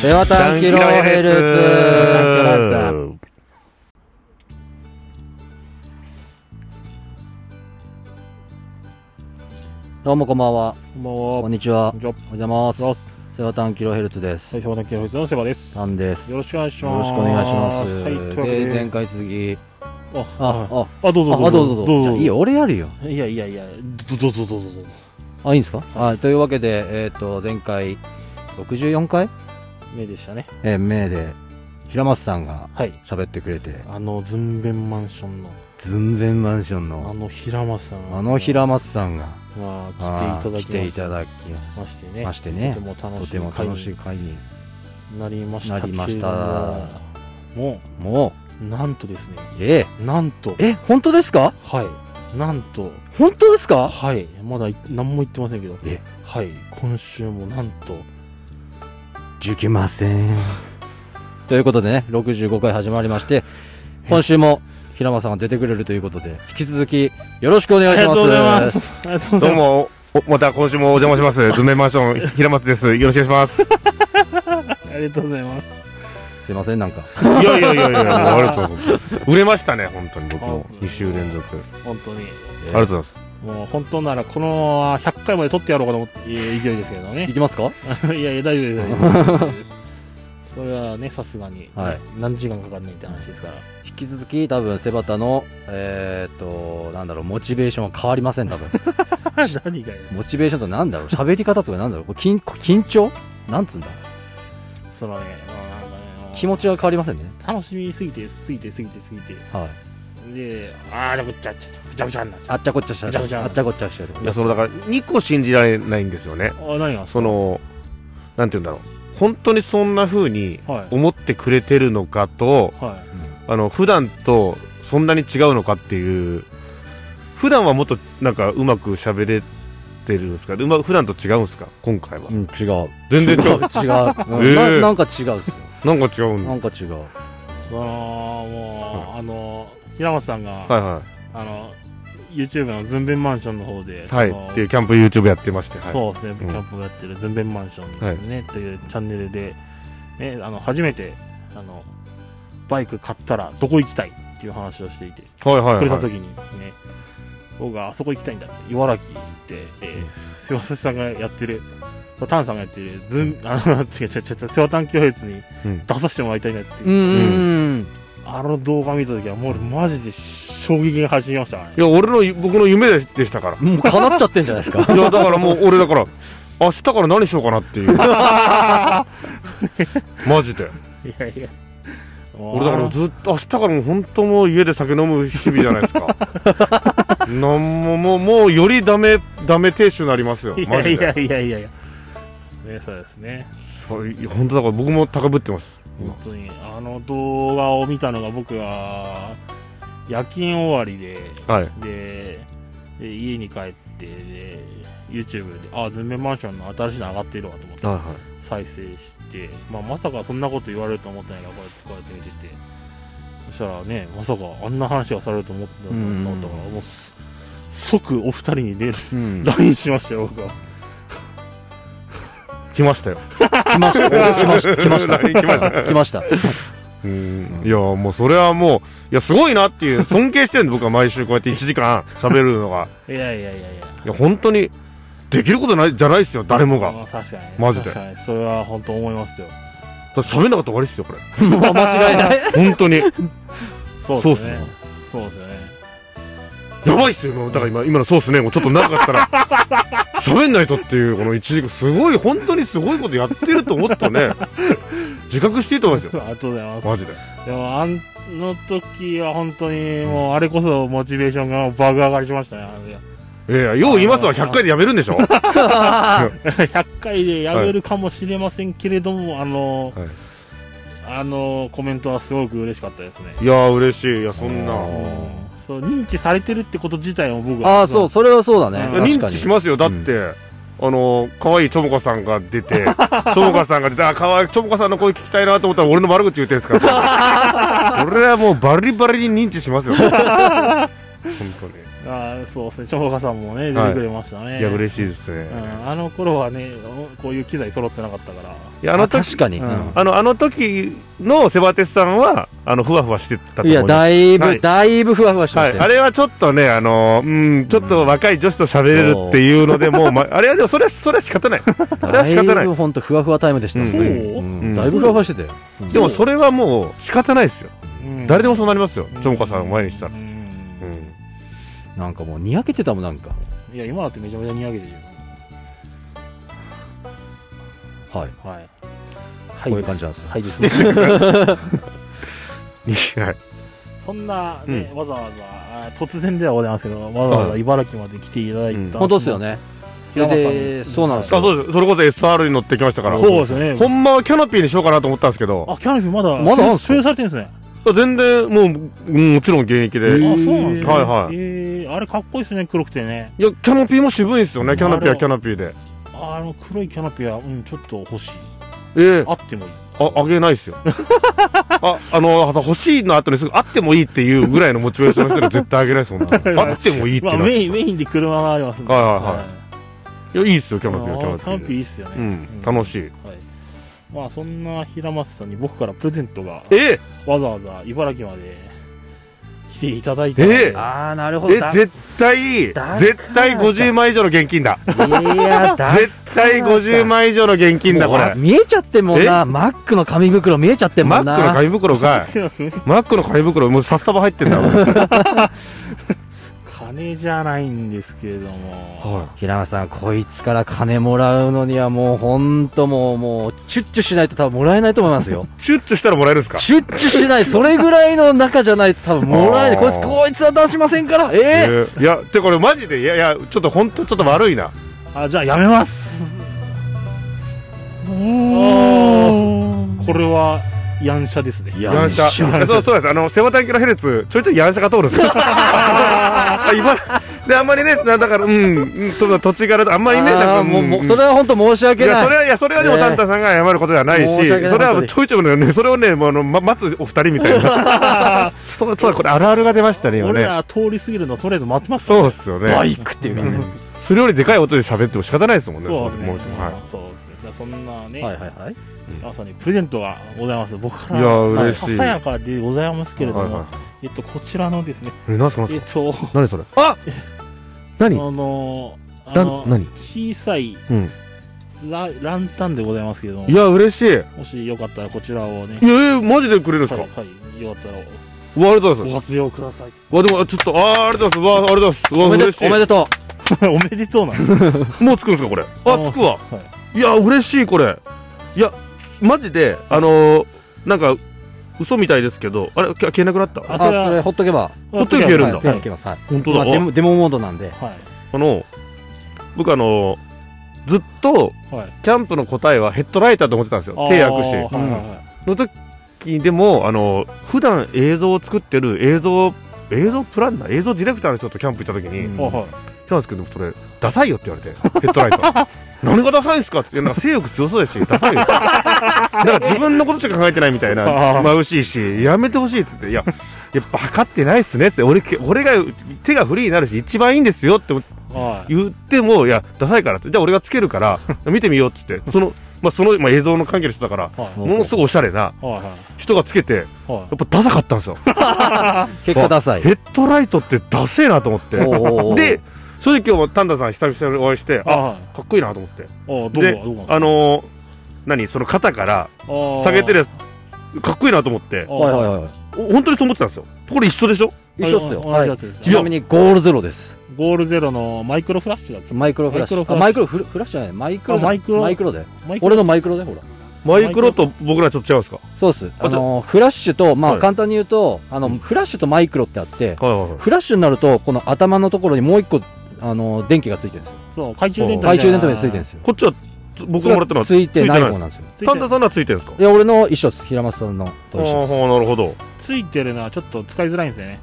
ではタンキロヘルツダンキロヘルツどうもこんばんはこんばんこは。んにちはこんにちは。おはようございどうまもすセバタンキロヘルツですはい、セバタンキロフェスのセバです。タンですよよろしくお願いしまろす。しくお願いしますはい、というわでけ前で。回続きああ、ああ、あ、どうぞああどうぞどうぞどうじゃあぞ。いいよ。俺やるよいやいやいや、どどうぞどうぞどうぞ。あいいんですかはいというわけでえっと前回64回目でしたね。えー名で平松さんがはい。喋ってくれてあの、ズンベンマンションの、ずんべんマンションあのの、平松さん。あのま平松さんがあ、来ていただあーき来ていまただきましてね。ましてねとても楽としい。ても楽しい。会になりましたけれども。なりまももう、なんとですね。うえなんと。ええ本当ですかはい。なんと。本当ですかはい、まだい何も言ってませんけどえ、はい、今週もなんと、できません。ということでね、65回始まりまして、今週も平間さんが出てくれるということで、引き続きよろしくお願いします。す。ありがとうござどいうます。も、おまた今週もお邪魔 します。ズンメンマンション、平松です。よろしくお願いします。ありがとうございます。す。いません、なんか。いやいやいやいや、もうありがとうございます。売れましたね、本当に僕も。2週連続。本当に。ありがとうございます。もう本当ならこのまま100回まで撮ってやろうかと思ってえー勢いですけどいね。きますか いやいや、大丈夫です大丈夫です。 それはね、さすがに、はい何時間かかんないって話ですから。引き続き、多分、セバタの、えーっと、なんだろう、モチベーションは変わりません、多分。 何がよ。モチベーションとなんだろう、喋り方とかなんだろう、こう緊緊張なんつうんだそのね、まあなんかねもう気持ちは変わりませんね。楽しみすぎて、すぎて、すぎて、すぎて。はい。で、あー、じゃぶっちゃ、ぐちゃぐちゃになっちゃあっちゃこっちゃしちゃう。ぐちゃぐちゃあっちゃこっちゃしちゃう。いや、その、だから、2個信じられないんですよね。う。あ、何がそ、の、なんて言うんだろう。本当にそんな風にはい。思ってくれてるのかと、はい。あの、普段とそんなに違うのかっていう。普段はもっと、なんか、うまく喋れてるんですかうま普段と違うんですか今回はう。ん、うん違う。全然違 う。違う。うんえーななんか違うっすよ。なんか違うんだなんか違う。そのもう、あの平松さんが、はいはあの YouTube のズンベンマンションの方で、い。そのはい。っていうキャンプ YouTube やってまして。はい。そうですね、うんキャンプをやってるズンベンマンションね、っていうチャンネルで、ね、あの初めてあのバイク買ったらどこ行きたいっていう話をしていて、はいはいくれたはい。時にね、僕があそこ行きたいんだって、茨城行って、えー、瀬尾さんがやってる、タンさんがやってる、ズン、あの、違う違う違う、瀬尾タン教室にうん出させてもらいたいなっていう。うんうんうんあの動画見た時はもう俺マジで衝撃が走りましたねいや、俺の、僕の夢でしたから。もう叶っちゃってんじゃないですかいや、だからもう、俺だから、明日から何しようかなっていう。マジで。いやいや俺だからずっと、明日からもう本当もう家で酒飲む日々じゃないですか。なんも、もう、もうよりダメ、ダメ亭主になりますよ。いマやジいで。やいやいやいやねそうですねそういや本当だから僕も高ぶってます。本当にあの動画を見たのが僕は夜勤終わりではい。でで家に帰ってで YouTube であズンベンマンションの新しいの上がってるわと思ってはい再生して、まあ、まさかそんなこと言われると思ってないからこうやってこうやって見ててそしたらねまさかあんな話がされると思ってなかったから、うんもうす即お二人に連う絡ん、 LINE しましたよ僕は来ましたよ。来ました来ました来まし LINE 来ま したた来ましたうんいやもうそれはもういやすごいなっていう尊敬してるんで僕は毎週こうやって1時間喋るのがいやいやいやいやいや本当にできることないじゃないですよ誰もがまあ確かにマジで確かにそれは本当思いますよだって喋んなかったら終わりですよこれもう間違いない本当にそうそうでっすすねねそうですよねやばいっすよもうだから今今のそうっすねもうちょっと長かったら 喋んないとっていうこの1時間すごい本当にすごいことやってると思ったね自覚していいと思いますよありがとうございますマジででもあの時は本当にもうあれこそモチベーションが爆上がりしましたねあのいやいやよう言いますわ100回でやめるんでしょ100回でやめるかもしれませんけれども、あの、はいあのコメントはすごく嬉しかったですね。いやー嬉しいいやそんなあーそう認知されてるってこと自体も僕は。 ああそうそれはそうだねうん確認か知にしますよだって、あの可愛いチョモカさんが 出てチョモカさんが出てあ可愛いチョモカさんの声聞きたいなと思ったら俺 の悪口言ってんすから俺はもうバリバリに認知しますよ本当に。あーそうですね、長岡さんもね、出てくれましたね。いや、嬉しいですねう。ん、あの頃はね、こういう機材揃ってなかったから。いや、ああの時確、かに、うんうんあの、あの時のセバテスさんは、あの、ふわふわしてたと思いいやます。だいぶ、はいだいぶふわふわしてまはしい、たよ、あれはちょっとね、あのうん、ちょっと若い女子と喋れるっていうので、も う、ま、あれはでも、それは、それは仕方ない。あれは仕方だないいぶ。本当ふわふわタイムでしたもんね、そううんうんだいぶふわふわしてたよ、でも、それはもう、仕方ないですよ。うん誰でもそうなりますよ。ちょんこさんを前にしたらう。んうん。なんかもうにやけてたもんなんかいや、今だってめちゃめちゃにやけてるよ。はい、はい。はこういう感じなんですよはいですね。 はい。そんな、ねわざわざ、あー突然ではございますけど、わざわざ茨城まで来ていただいた。うん 本当ですよ。ね平松さんでそうなんですよあ、そうです。それこそ SR に乗ってきましたから。そうですね。ほんまはキャノピーにしようかなと思ったんですけど、あ、キャノピーまだ、まだあるんですか所有されてるんですね。全然もう、うんもちろん現役へで。ーあ、そうなんですね。はいはいえーあれかっこいいですね、黒くてね。いや、キャノピーも渋いんですよね。キャノピーはキャノピーで。あの黒いキャノピーは、うん、ちょっと欲しい。ええあってもいい。あ、あげないっ すよ。あ、あの、欲しいの後にすぐあってもいいっていうぐらいのモチベーションの人に絶対あげないですもんな。あってもいいってまなあ、んですメイよン、メインで車がありますんで。はいはいはいいや、いいっすよ、キャキャノピーはキャノピノーピーで。いいっすよね。うん、楽しい。はい。まあ、そんな平松さんに僕からプレゼントが、ええわざわざ茨城まで来ていただいたええああなるほえだ、絶対だ、絶対50万以上の現金だ。いやだ絶対50万以上の現金だ、こもうあれ。見えちゃってんもんなマックの紙袋見えちゃってんマもんッなクの紙袋かい。 マックの紙袋、もう札束入ってんだ。 は金じゃないんですけれども、平松さんこいつから金もらうのにはもうほんともうもうチュッチュしないと多分もらえないと思います よい。チュッチュしたらもらえるんですかチュッチュしないそれぐらいの中じゃないと多分もらえないこあいーつこいつは出しませんからえええーいや、てこれマジで、いやいや、ちょっと本当ちょっと悪いな。あじゃあやめますあーこれはヤンシャですねいやヤンシャ。ヤンシャそうそうです。あの、セバタンキロヘルツ、ちょいちょいヤンシャが通るんですよ。あ茨で、あんまりね、なだから、うん、うんと土地柄と、あんまりね、なんあかーもうもうそはれは本当申しい訳や、ないそれは、いや、それはでも、ねタンタさんが謝ることではないし、そ申し訳れないはもうちょいちょいね、それをね、もうあの、ま待つお二人みたいな。そう、そう、これあるあるが出ましたね、今俺ね。ら通り過ぎるのとりあえず待ってますそうっすよね。バイクっていうみんなそれよりでかい音で喋っても仕方ないですもんね。そうですれねもうはいそうですねじゃあそんなね、はいはいはいまさにプレゼントがございます僕からいや嬉しいささやかでございますけれども、はいはいえっとこちらのですねえ、なんすかなんえすっかと何それああ何のあランの何小さいうん。ラランタンでございますけれどもいや、嬉しい。いや、もしよかったらこちらをねえーマジでくれるんですはかわい、はい、よかったらありがとうございごます。活用ください。わ、でも、ちょっと、あー、ありがとうございます。わ、ありがとうございます。わ、おめで嬉しとうおめでと おめ でとうなの。い。もうつくんですか、これ。あ、つくわ。はいや、嬉しい、これ。いや、マジで、あのー、なんか、嘘みたいですけど、あれ、消消えなくなったうああそそれはれほっとけばほっとけば消えるんだはい消えますはい本当まだ。あデモデモモードなんではあの、僕あの、ずっと、い。はい。キャンプの答えはヘッドライターと思ってたんですよ。手訳して。あーはいはいはいの時でもあの普段映像を作ってる映像映像プランナー映像ディレクターの人とキャンプ行った時にうん「はいはい平松君でもそれダサいよ」って言われてヘッドライト 何がダサいんすか?」っていやなんか性欲強そうだしダサいよなんか自分のことしか考えてないみたいなあー眩しいしやめてほしいっつって「いやいやバカってないっすね」っつって俺け俺が手がフリーになるし一番いいんですよってはい。言っても「いやダサいから」って「じゃあ俺がつけるから見てみよう」っつってその,、まあ、その、まあ、映像の関係の人だからはいものすごいおしゃれなはいは人がつけていはやっぱダサかったんですよ結果ダサいヘッドライトってダセえなと思っておうおうおうで正直今日も丹田さん久々にお会いしてい。あはい。かっこいいなと思ってあー、どでうもどうも。あのー何その肩から下下げてるやつかっこいいなと思ってあはいはいはいお本当にそう思ってたんですよこれ一緒でしょ一緒っすよ同はじいやつですちね。なみにゴールゼロですゴールゼロのマイクロフラッシュだった。マイクロフラッシュあママイイクロフラフラッシュじゃないマイクロあマイクロマイクロでマイクロ俺のマイクロでほらマイクロと僕らちょっと違うんですかそうです。ああじゃの、フラッシュと、まはあ、い簡単に言うと、あの、うんフラッシュとマイクロってあって、はいはいはいフラッシュになると、この頭のところにもう一個、あの、電気がついてるんですよ。そう、懐中電灯。懐中電灯についてるんですよ。こっちはつ僕がもらったのはついてないつ方いなんですよ。ついて丹田るさんのはついてるんですかいや、俺の一緒です。平松さんのあと一緒です。あなるほどついてるのはちょっと使いづらいんですよね。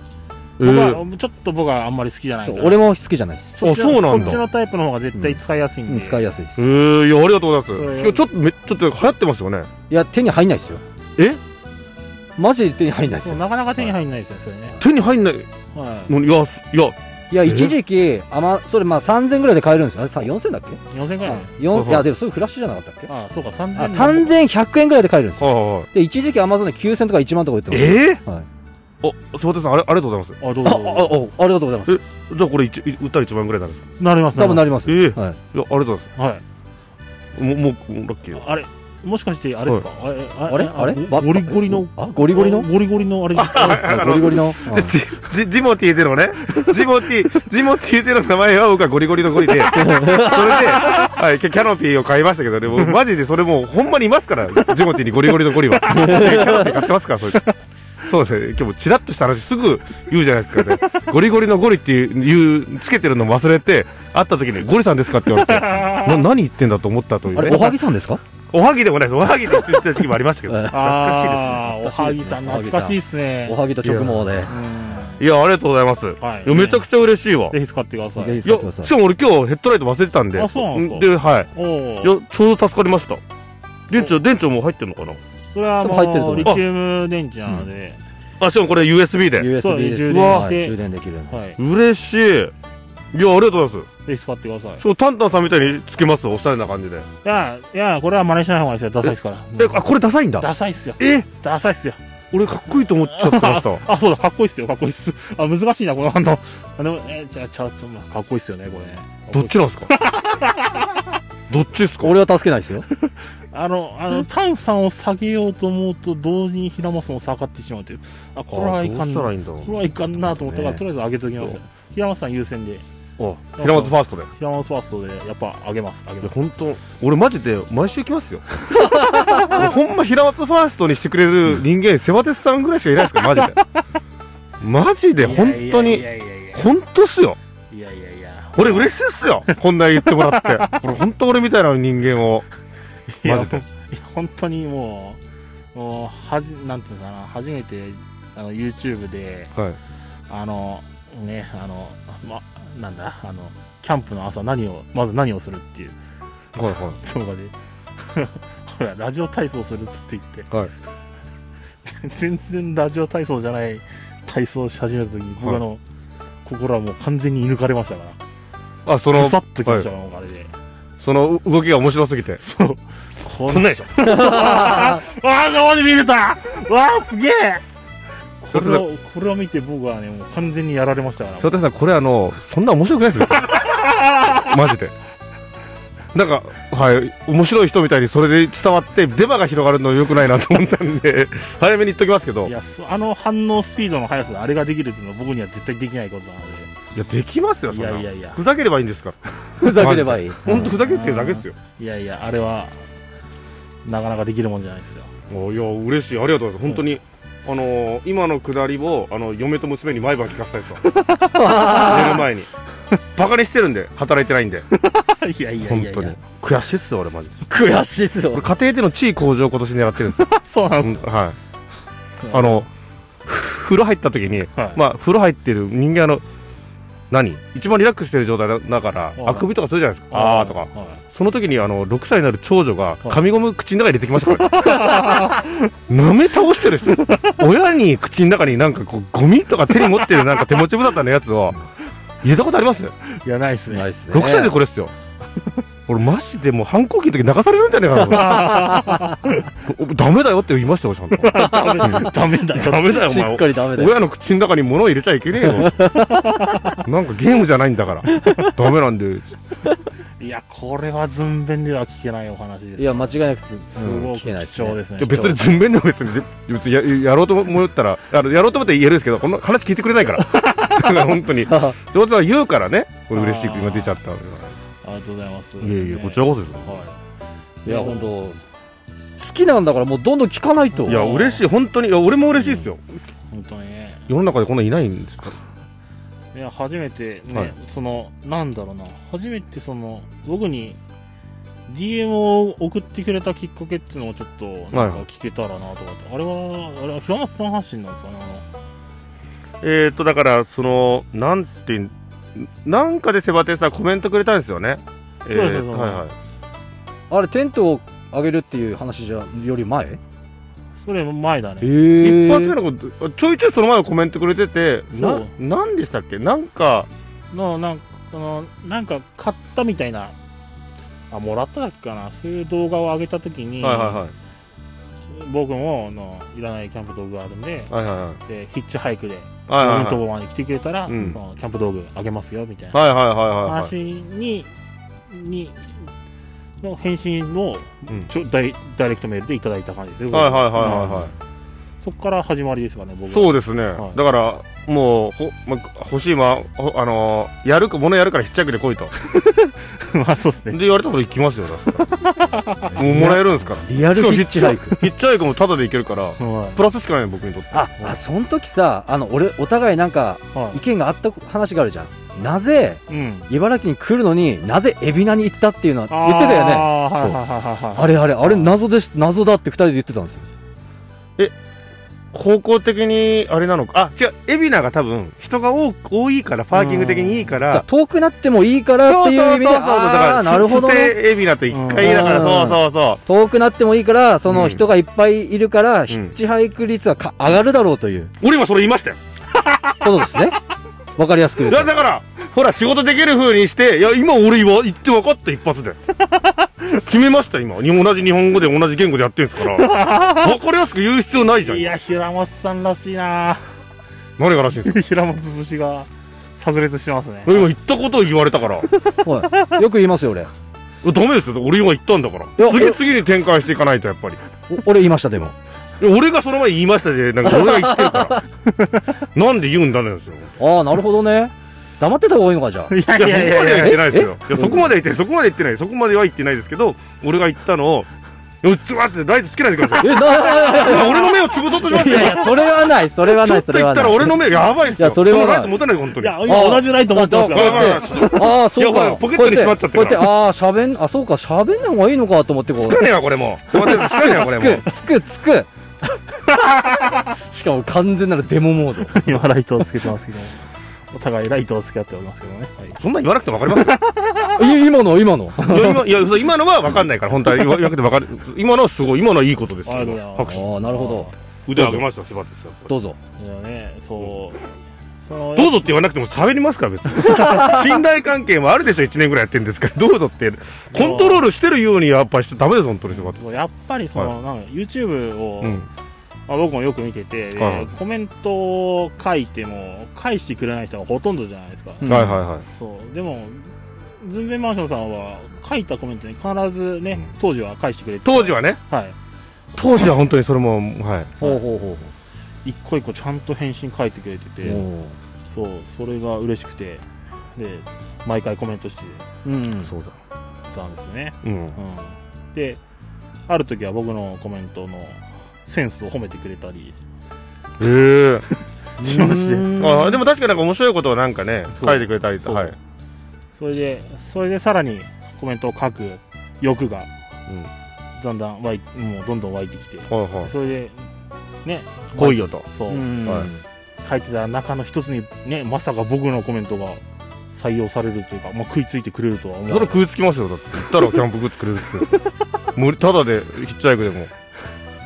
え僕ーは、ちょっと僕はあんまり好きじゃないそから。う俺も好きじゃないです。そっちのあそうなんだそっちのタイプの方が絶対使いやすいうんん、で。使いやすいです。えいーいやありがとうございますそしかれもちょっとめちょっと流行ってますよねや、手に入んないですよ。えマジで手に入んないですそうよ。なかなか手に入んないですよね、それね。手に入んないはい。何いやすいやいや、え一時期、あま、それまあ3000ぐらいで買えるんですよ。あれさ、4000だっけ4000円ぐらい。はいは四いいや、でもそういうフラッシュじゃなかったっけああ、そうか、3000あ、3100円ぐらいで買えるんですよ。はで、一時期アマゾンで9000とか1万とか言っていはいまえす。はい。ー、お諏訪田さんあれありがとうございあ、どうあ、あ、ぞ。あありがとうございます。ますじゃあこれ一売ったら一番ぐらいなんですかなります多分なりります。えはい。えいやありがとうございますます。はい。もうもうもうラッキーあれ、もしかして、あれですかあれあれあればゴリゴリの。あ、ゴリゴリのゴリゴリのあれ。あゴリゴリの。 うんでジジジモティエテロねジモティジモティエテロの名前は僕はゴリゴリ のゴリでそれで、はい、キャキャノピーを買いましたけどね もうマジでそれもうほんまにいますからジモティにゴリゴリのゴリはでキャノピー買ってますからそれそうですね今日もチラッとした話すぐ言うじゃないですかねゴリゴリのゴリっていう言うつけてるの忘れて会った時に「ゴリさんですか?」って言われ てな何言ってんだと思ったといあうれ、おはねぎさんですかおはぎでもないですおはぎでって言ってた時期もありましたけどええ懐かしいですねあーおはぎさん、懐かしいですね。おはぎと直毛で。ういや、ありがとうございます。はいいやめちゃくちゃ嬉しいわ。んぜひ使ってくださぜひいい。使やってくだ、さいし。かも俺今日ヘッドライト忘れてたんで。あそうなんですかで、はい。おおいや、ちょうど助かりました。電池、電池もう入ってんのかなそれはも入ってるとう、思いリまチウム電池なので、あ、しかもこれ USB で。 USB そうです充電ねはいして充電できるんで。はい。嬉しい。いや、ありがとうございまぜひ使ってくださいす。。しかもタンタンさんみたいにつけます。おしゃれな感じで。いや、いや、これは真似しない方がいいですよ。ダサいですから。え、あ、これダサいんだ。ダサいっすよ。えダサいっすよ。俺かっこいいと思っちゃってま した。あ、そうだ、かっこいいっすよ、かっこいいっす。あ、難しいな、この反応。あでも、えー、じゃあ、ちょっと、まあ、かっこいいっすよね、これね。どっちなん ですかどっちですか俺は助けないですよ。あの、あの、炭酸を下げようと思うと、同時に平松も下がってしまうという。あ、こあれはいどかうんしな。たこらいいんだろれはいかんなと思ったから、ねとりあえず上げときましょ。そう平松さん優先で、う。あ平松ファーストで。平松ファーストで、やっぱ上げます、上げいやます。本当俺マジで毎週来ますよ 俺ほんま平松ファーストにしてくれる人間セバテスさんぐらいしかいないですからマジでマジで本当いにやいやいやいや本当っすよいやいやいや。俺嬉しいっすよこんな言ってもらって俺本当俺みたいな人間をいやマジでいや本当にもう、もう、はじ、なんていうのかな、初めて、あの、YouTube で、はいあの、ね、あの、ま、なんだ、あの、キャンプの朝何を、まず何をするっていうはいは動画で、 ほら、ラジオ体操するっつって言いはいって、 全然ラジオ体操じゃない体操をし始めた時に、僕はいあの、心はもう完全に射抜かれましたかあそら、のふさっときましたから、もうあれで。その動きが面白すぎてそう。ここんなの、んでしょあーあー、生で見れたわあ、すげえこそれれを、これを見て僕はね、もう完全にやられましたから。セバテスさんこれあのそんな面白くないですよ マジでなんかはい面白い人みたいにそれで伝わってデマが広がるのよくないなと思ったんで早めに言っときますけどいや、そあの反応スピードの速さであれができるっていうのは僕には絶対できないことなので。いや、できますよ、そいんなやのいやいや。ふざければいいんですから。ふざければいい。ほんとふざけてるだけですよ。いやいや、あれは、なかなかできるもんじゃないですよ。 おいや、嬉しい。ありがとうございます。本当に。あのー、今のくだりを、あの、嫁と娘に毎晩聞かせたいです わ。寝る前に。バカにしてるんで、働いてないんで。いやいやい本やい当やに。。悔しいっすよ、俺マジで。悔しいっすよ俺、。家庭での地位向上今年狙ってるん ですよ。そうなんうでんはい。あの、ふ風呂入った時に、はいまあ、風呂入ってる人間あの、何一番リラックスしてる状態だだから、あくびとかするじゃないですすか。あーとか。その時にあの6歳になる長女が紙ゴム口の中に入れてきましたから ね舐め倒してる人親に口の中になんかこうゴミとか手に持ってるなんか手持ち無沙汰なやつを入れたことありますいや、ないですなね。いっすね。 6歳でこれっすよ俺マジでもう反抗期の時流されるんじゃねえかな と思っておダメだよって言いましたよちゃんとダメだよ。ダメだよ。ダメだよおしっ前かりダメだよ。親の口の中に物を入れちゃいけ ねえよなんかゲームじゃないんだからダメなんでいや、これは寸弁では聞けないお話です。いや、間違いなくす、すごく聞けないっ貴重ですねいや。別に寸弁でも別に別にややろうと思ったらあのやろうと思って言えるんですけどこの話聞いてくれないからだから 本当に上手は言うからねこれ嬉しく今出ちゃったんだからありがとうございます。いやいやねこちらこそですよいや、本当好きなんだからもうどんどん聞かないと。いや嬉しい本当にいや俺も嬉しいですよ本当にね。世の中でこんなんいないんですからいや、初めてね、はいその、なんだろうな、初めてその、僕に DM を送ってくれたきっかけっていうのをちょっと、なんかはい聞けたらなとかって、あれは、あれは、平松さん発信なんですかね、えっ、ー、とだからそのなんていうんなんかでセバテンさんコメントくれたんですよねえそうですーそうですはいはいあれ、テントをあげるっていう話じゃ、より前それも前だえね。ー、一発目のことちょいちょいその前のコメントくれててなそう何でしたっけなんかの、なんか、この、なんか買ったみたいな、あ、もらったっけかな、そういう動画を上げたときに、はいはいはい僕もあのいらないキャンプ道具があるんで、はいはいはいでヒッチハイクで、はいはい海のはといこまで来てくれたら、うんそのキャンプ道具あげますよみたいなはいはいはいはい話に、にの返信をうんちょダイダイレクトメールでいただいた感じですよ、はいはいはいはいはいうんそこから始まりですかね、僕はそうですね、はいだからもうほ、ま、欲しいまほあのーやるものやるからひっちゃくで来いと まあそうですでね、言われたこと行きますよだ からもうもらえるんですからリアルヒッチハイクしかもヒッチハイクヒッチハイクもタダで行けるからはプラスしかないの僕にとってああその時さあの俺お互いなんかいは意見があった話があるじゃんなぜいうん、茨城に来るのになぜ海老名に行ったっていうのは言ってたよねあーはいはいはいはいはいあれあれあれ謎です謎だって二人で言ってたんですよ方向的にあれなのかあ違う海老名が多分人が多く多いからパーキング的にいいかだからら遠くなってもいいからっそてういうそう意そう味そうであだからあなるほど捨ねて海老名と一回だからうんそうそうそう遠くなってもいいからそのうん人がいっぱいいるから、ヒッチハイク率はか上がるだろうという俺今それ言いましたよことです ねわかりやすく言うだとだからほら仕事できる風にしていや今俺は言って分かった一発で 決めました今に同じ日本語で同じ言語でやってるんですから分かりやすく言う必要ないじゃんいや平松さんらしいな 何がらしいんですか平松節が炸裂してますね今言ったことを言われたから はいよく言いますよ俺ダメですよ俺今言ったんだかやら次々に展開していかないとやっぱりお俺言いましたでもいや俺がその前に言いましたでなんか俺が言ってるからなんで言うんだねんですよああなるほどね黙ってた方がいいのかじゃあいやいやそこまでは言ってないですえよいやそこまでは言ってないそこまでは言ってないそこまでは言ってないですけど俺が言ったのをいやちょっと待ってライトつけないでくださいえな今俺の目をつぶとっとしましいたよやいやそれはないそれはちょないっそとれ言はっなたいら俺の目やばいっすよ。いやそれはのライト持たない本当いに。や今同じライト持ってますかだからだらからああそういやほからポケットにしまっちゃってこうるやかってらああしゃべんあそうかしゃべんない方がいいのかと思ってこつうかねえわこれもう。つかねえわこれもう。つくつ くつくしかも完全なるデモモ ード 今ライトをつけてますけどお互いライトをつけ合っておりますけどね、そんなん言わなくてもわかりますい今の今のよ。いや今いやそう今のはわかんないから本当は言わ言わなくてわかる。今のはすごい今のはいいことですよ。ありがとうございます拍手。ああなるほ腕上げました素晴らしいですよ。やっぱどりどうぞいやねそうそのどうぞって言わなくても喋りますから別 に信頼関係もあるでしょ1年ぐらいやってるんですからどうぞってコントロールしてるようにやっぱりしてダメです本当に素晴らしいそうやっぱりその、なんか YouTube を、うんまあ、僕もよく見てて、ではいはいコメントを書いても返してくれない人がほとんどじゃないですか、うんはいはいはいそうでもズンベンマンションさんは書いたコメントに必ずね、うん当時は返してくれて当時はねはい当時は本当にそれもはいほうほうほ一個一個ちゃんと返信書いてくれてて、うほそうそれが嬉しくてで毎回コメントしてううんそうだたんですね、うんうん、である時は僕のコメントのセンスを褒めてくれたりへえしましてあーでも確かになんか面白いことをなんかねそう書いてくれたりとそうはい、それでそれでさらにコメントを書く欲がだんだん湧いもうどんどん湧いてきてうん、はいはいそれでね来いよとそう、うんはい書いてた中の一つにねまさか僕のコメントが採用されるというか、まあ、食いついてくれるとは思そうれ食いつきますよだって 行ったらキャンプグッズくれるって言ってたんですよ無理ただでヒッチハイクでもい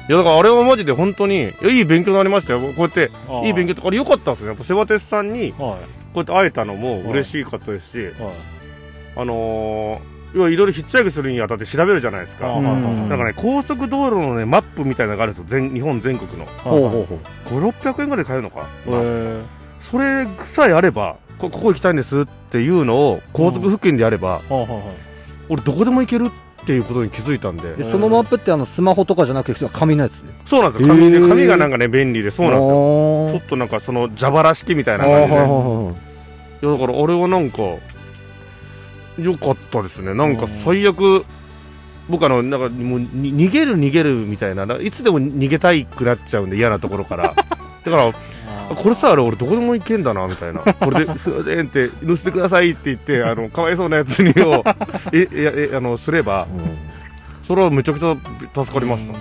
やだからあれはマジで本当にいやいい勉強になりましたよこうやっていい勉強とかあれ良かったんですよねやっぱセバテスさんにこ強はうやって会えたのも嬉しかったですし、いはいあのー、要はいろいろヒッチハイクするにあたって調べるじゃないですあか、ーはいはいはいうんなんかね高速道路のねマップみたいなのがあるんですよ全日本全国のはいほうほうほう5600円ぐらいで買えるのか、へーそれさえあればこここ行きたいんですっていうのを高速付近でやれば、はいはいはい俺どこでも行けるっていうことに気づいたんで、えそのマップってあのスマホとかじゃなくて普通の紙のやつそうなんですよ紙,、へー紙がなんかね便利でそうなんですよちょよっとなんかその蛇腹式みたいなあー感じで、はいいはいはいやだからあれはなんか良かったですねなんか最悪僕あのなんかもうに逃げる逃げるみたいなないつでも逃げたいくなっちゃうんで嫌なところから だからあーこれさあれ俺どこでも行けんだなみたいなこれです いませんって乗せてくださいって言ってあのかわいそうなや つにをえええあのすればそれはめちゃくちゃ助かりましたち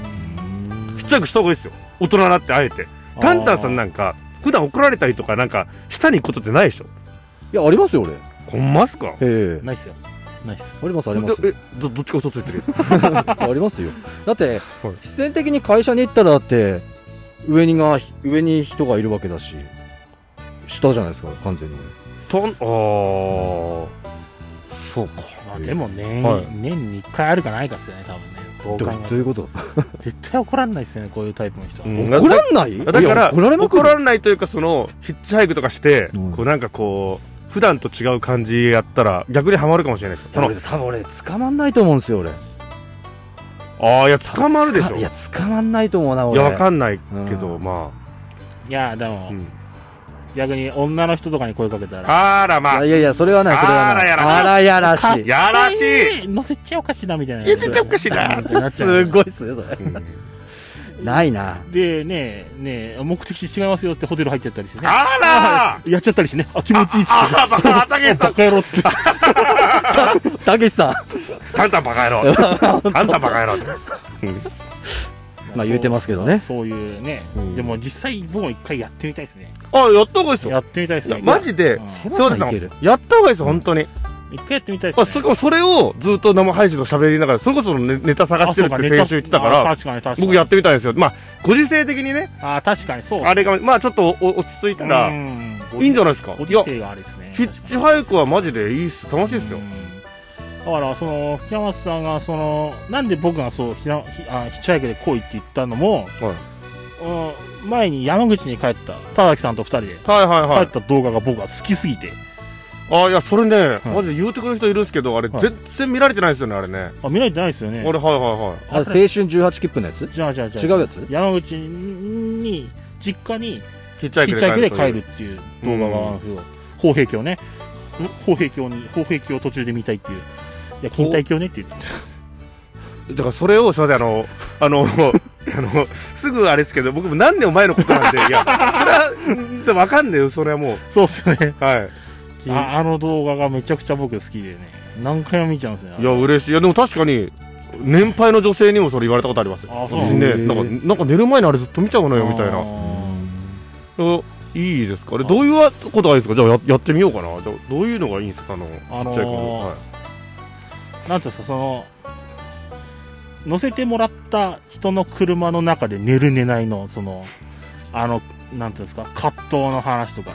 っちゃくした方がいいですよ大人になってあえてタンタンさんなんか普段怒られたりとかなんか下に行くことってないでしょいやありますよ俺へほんますかえナイスよナイスありますあえりますどどっちか嘘ついてる ありますよだ って、必然的に会社に行ったらだって、上にが、上に人がいるわけだし、下じゃないですか、完全に。とん、あー、そうか。まあでも年、はい年に1回あるかないかですよね、多分ね。どうど考うえどうていうこもと絶対怒らんないですよね、こういうタイプの人は。うん怒らんないだかいやら、怒られまくる。ないというか、その、ヒッチハイクとかして、うんこうなんかこう、普段と違う感じやったら、逆にハマるかもしれないですよ。そ多の分、多分俺、捕まんないと思うんですよ、俺。ああ、いや、捕まるでしょ。いいやや、、捕まんないと思うな、俺。わかんないけど、うんまいや、であ。も、うん逆に女の人とかに声かけたら、あら、いまあや、いやいや、それはない、それはない。ああらやらしい。やらしい。い乗せちゃおかしいな、みたいな。乗せちゃおかしいなみたいになっちゃうすごいっすね、それ。ないな。で、ねえ、ねえ、目的地違いますよってホテル入っちゃったりしてね。あらやっちゃったりしてね。あ、気持ちいいっ すあら、バカ、たけしさバん。カ野郎っつって。たけしさん。タンタンバカ野 郎。タンタンバカ野郎って。まあ言うてますけどねそういうねうん。でも実際僕も一回やってみたいですね。あ、やったほうがいいっすやよ。ってみたいですいねや。マジでうん、そういですけるよ。やったほうがいいっすよ、本当に。一回やってみたいあ、ですそね。こ、それをずっと生配信と喋りながら、それこそねネタ探してるっあてそう先週言ってたかネタら、確かに確かに。僕やってみたいんですよ。まあ、ご時世的にね、あー、確かにそう。あれが、まあちょっとお落ち着いたうら、んいいんじゃないですか。ごい時や、世があれですね。ヒッチハイクはマジでいいっす。楽しいっすよう。んだから、その、平松さんが、その、なんで僕がそう、ひらひあヒッチハイクで来いって言ったのも、はいうん前に山口に帰った、田崎さんと二人ではいはい帰はっい。た動画が僕は好きすぎて、あ、いや、それね、うんマジで言うてくれる人いるんですけど、あれはい全然見られてないですよね、あれね。あ、見られてないですよね。あれ、はいはあ青春18切符のやつじゃあじゃあじゃあ違うやつ山口に、実家に、いはい。ヒッチハイヒクッで帰るチハイクでとい帰う。るっていう動画があるんですよ。砲兵橋ね。砲兵橋に、砲兵橋を途中で見たいっていう。いや、錦帯橋ねって言ってだからそれをすみませんあのあ のあのすぐあれですけど僕も何年も前のことなんでいやそれはでもわかんねえよそれはもうそうっすよね。はいああの動画がめちゃくちゃ僕好きでね。何回も見ちゃうんですね。いや嬉しいいやでも確かに年配の女性にもそれ言われたことありますあそう私ねへえなんかなんか寝る前にあれずっと見ちゃうのよみたいなうんいいですかあれどういうことがいいですかじゃあややってみようかなどどういうのがいいんですかあのちっちゃいあの子ーのはいなんていうんですか、その、乗せてもらった人の車の中で寝る寝ないの、その、あの、なんていうんですか、葛藤の 話とか。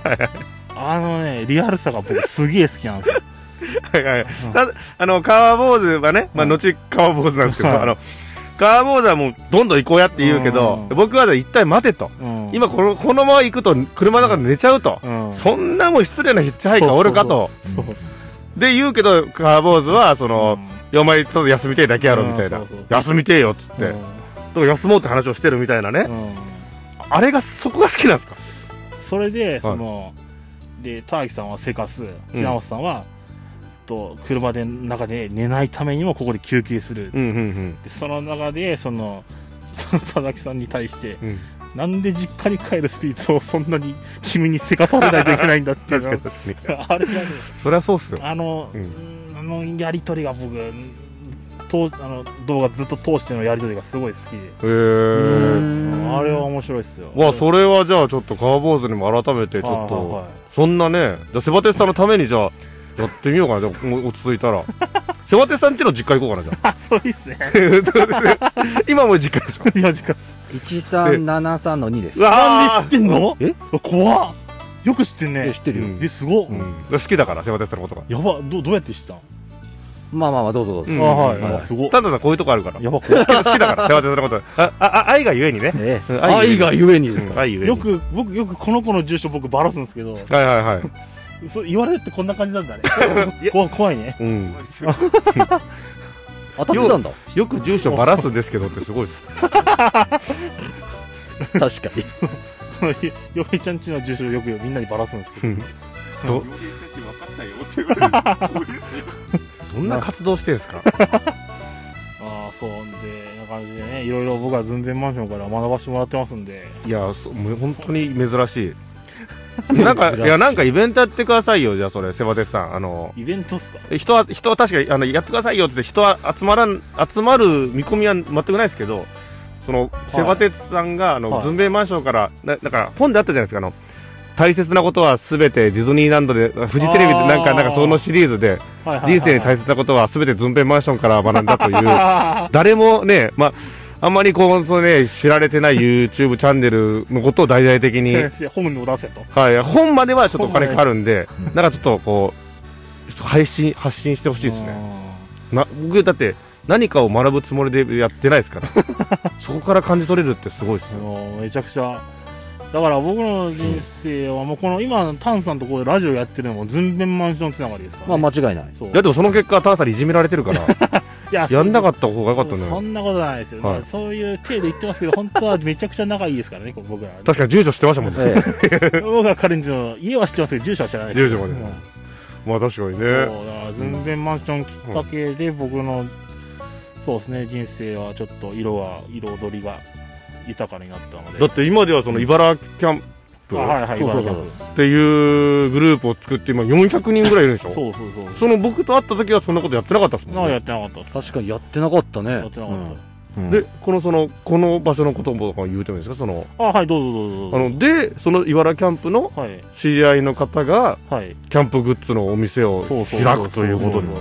あのね、リアルさが僕すげえ好きなんですよ。はいはいうんただあの、川坊主はね、まあ、うん後川坊主なんですけど、はいあの、川坊主はもう、どんどん行こうやって言うけど、うん僕はね一体待てと。うん、今この、このまま行くと、車の中で寝ちゃうと。うん、そんなもん失礼なヒッチハイカーおるかと。そうで、言うけど、川坊主は、その、うんいやお前、ちょっと休みてえだけやろ、みたいな。うんそうそう休みてえよ、つって。うだんから休もうって話をしてるみたいなね。うんあれが、そこが好きなんですかそれで、その、で、田崎さんはせかす、平本さんは、と車で中で寝ないためにもここで休憩する。うん、うん、でその中で、その、その田崎さんに対して、うん。なんで実家に帰るスピードをそんなに君にせかされないといけないんだっていう確かのに確かに。 あれがね、そりゃそうっすよ。あの、うんうんあのやりとりが僕、とあの動画ずっと通してのやりとりがすごい好きで、へえ。あれは面白いですよ。わ、それはじゃあ、ちょっと川坊主にも改めて、ちょっはいとは。いはいそんなね、じゃあセバテスさんのためにじゃあ、やってみようかな、じゃあ、もう落ち着いた ら。セバテスさん家の実家行こうかな、じゃあ。あ、そうですね。今もう実家でしょ。 4時間っす。 1373の2です。なわんで知ってんのえ怖っよく知ってんえね知。ってるよ。うんえ、すごっ、うん、好きだから、セバテスさんのことが。やば、どどうやって知ったの、まあまあまあ、どうぞどうぞ。うんあ、はい。はいあすごっタンタさん、こういうとこあるから。や好ば、怖っき好きだから、セバテスさんのこと。あ、あ、愛がゆえにね。ええうん愛がゆえにですうかん愛ゆえに。よ。く、僕、よくこの子の住所僕バラすんですけど、はいはいはい。そう言われるってこんな感じなんだねいや。怖怖いね。うん。当たって たんだ。よく住所ばらすんですけどってすごいです。確かに。こ の嫁ちゃんちの住所よくみんなにバラすんですけど。ど、 どんな活動してんすかああ、そう。で、な感じでね、いろいろ僕は寸前マンションから学ばせてもらってますんで。いや、そもう本当に珍 しい。なんか、いや、なんかイベントやってくださいよ、じゃあそれ、セバテスさん。あの、イベントっすか人は人は確かにあのやってくださいよって言って人は集まらん集まる見込みは全くないですけどそのセバテツさんがあの、はいズンベイマンションからななんか本であったじゃないですかあの大切なことはすべてディズニーランドでフジテレビでなんあかーなんかそのシリーズではいはいはいはい 人生に大切なことはすべてズンベイマンションから学んだという誰もねまああんまりこう、そうね、知られてない YouTube チャンネルのことを大々的に、 本を出せと。はい、本まではちょっとお金かかるんで、なんかちょっとこう、ちょっと配信、発信してほしいですね。な僕だって何かを学ぶつもりでやってないですから そこから感じ取れるってすごいですよあのめちゃくちゃだから僕の人生はもうこの今タンさんとこでラジオやってるのもズンベンマンションつながりですから、まあね、間違いない。そういやでもその結果タンさんにいじめられてる からいややんなかっった方が良かったねそんなことないですよ、はいそういう体で言ってますけど本当はめちゃくちゃ仲いいですからねこう僕らね確かに住所知ってましたもん ねええ、僕は彼んちの家は知ってますけど住所は知らないです住所までうんまあ確かにそうねだからズンベンマンションきっかけで僕の、そうですね人生はちょっと色が彩りが豊かになったのでだって今ではその茨城キャンあプはいっはいそうそうそう茨城ていうグループを作って今400人ぐらいいるでしょそうそうそうその僕と会った時はそんなことやってなかったですなんもんかやねってなかったです確かにやってなかったね。やってなかった、うんでこのそのこの場所のことも言うてもいいですかそのあはいどうぞどうぞどうぞあのでその茨城キャンプのはい知り合いの方がはいキャンプグッズのお店をそうそう開くということでそう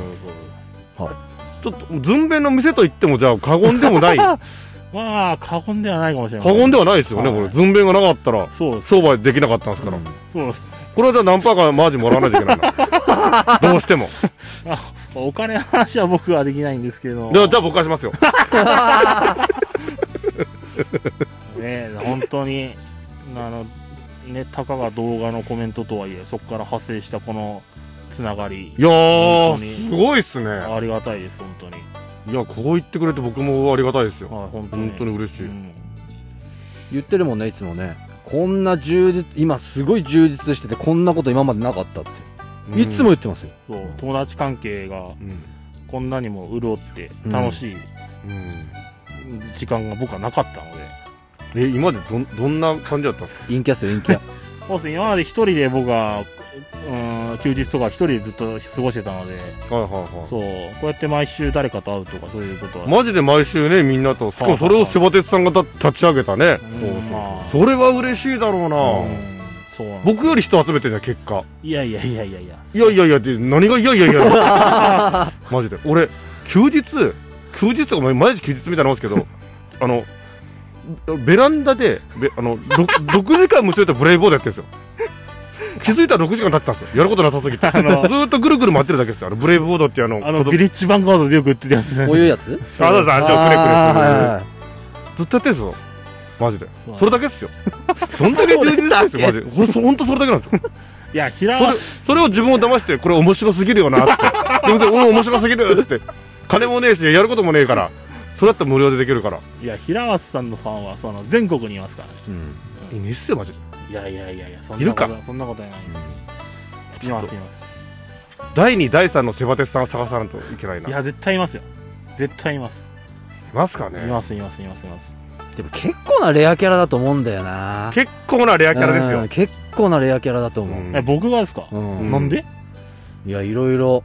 そうそうちょっと、ずんべんの店と言っても、じゃあ、過言でもない。過そうまあ過言ではないかもしれない言でははないですよね、はいこれ。ずんべんがなかったら、そうです商売できなかったんですから。そうですこれはじゃあ、何パーかマージンもらわないといけない な。どうしても。お金の話は僕はできないんですけどじゃあ、じゃあ僕がしますよ。ね本当に あのねたかが動画のコメントとはいえそこから派生したこのつながりいや本当にー、すごいっすね。ありがたいです本当にいや、こう言ってくれて僕もありがたいですよ。はい本当に本当に嬉しうい。ん言ってるもんね、いつもね。こんな充実、今すごい充実してて、こんなこと今までなかったって。うんいつも言ってますよ。そう友達関係がうん。こんなにも潤って楽しいうん時間が僕はなかったので、え、今までどん、どんな感じだったんですか陰キャっすよ、陰キャ。そうですね、今まで一人で僕は、うん、休日とか一人でずっと過ごしてたので、はいはいはそう、こうやって毎週誰かと会うとかそういうことは、い。マジで毎週ね、みんなと、しかもそれをセバテツさんが立立ち上げたね。うんまあそれは嬉しいだろうなう。んそうなんです僕より人集めてんだよ結果いやいやいやいやいや、いやいやいやって何がいやいやいや マジで俺休日休日とか毎日休日みたいなもんですけどあのベランダでべあの 6, 時間無数とブレイボードやってる んですよ気づいたら6時間経ってたんですよやることなさすぎてずあのーっとぐるぐる回ってるだけですよあのブレイブボードっていうあのあの、子供ビレッジヴァンガードでよく売ってるやつねこういうやつ あそうそうああれをくれくれするーはいはいずっとやってるんですよマジでそうそれだけっすよどんだけ充実してるんですよマジでほんとほんとそれだけなんですよ いや、平そ和れ、それを自分を騙して、これ面白すぎるよなって。でもそれ、俺面白すぎるっつって。金もねえし、やることもねえから。それだったら無料でできるから。いや、平松さんのファンは、その、全国にいますからね。うんいいねっすよ、マジで。いやいやいやいや、そんいなるこかと、そんなことはないです。いちょまっとす、います。第2、第3のセバテスさんを探さないといけないな。いいや、絶対いますよ。絶対います。ますかいね。ます、います、います、います。でも結構なレアキャラだと思うんだよな。結構なレアキャラですうよん。結構なレアキャラだと思う。え、う僕がですかうんうんなんでいや、いろいろ、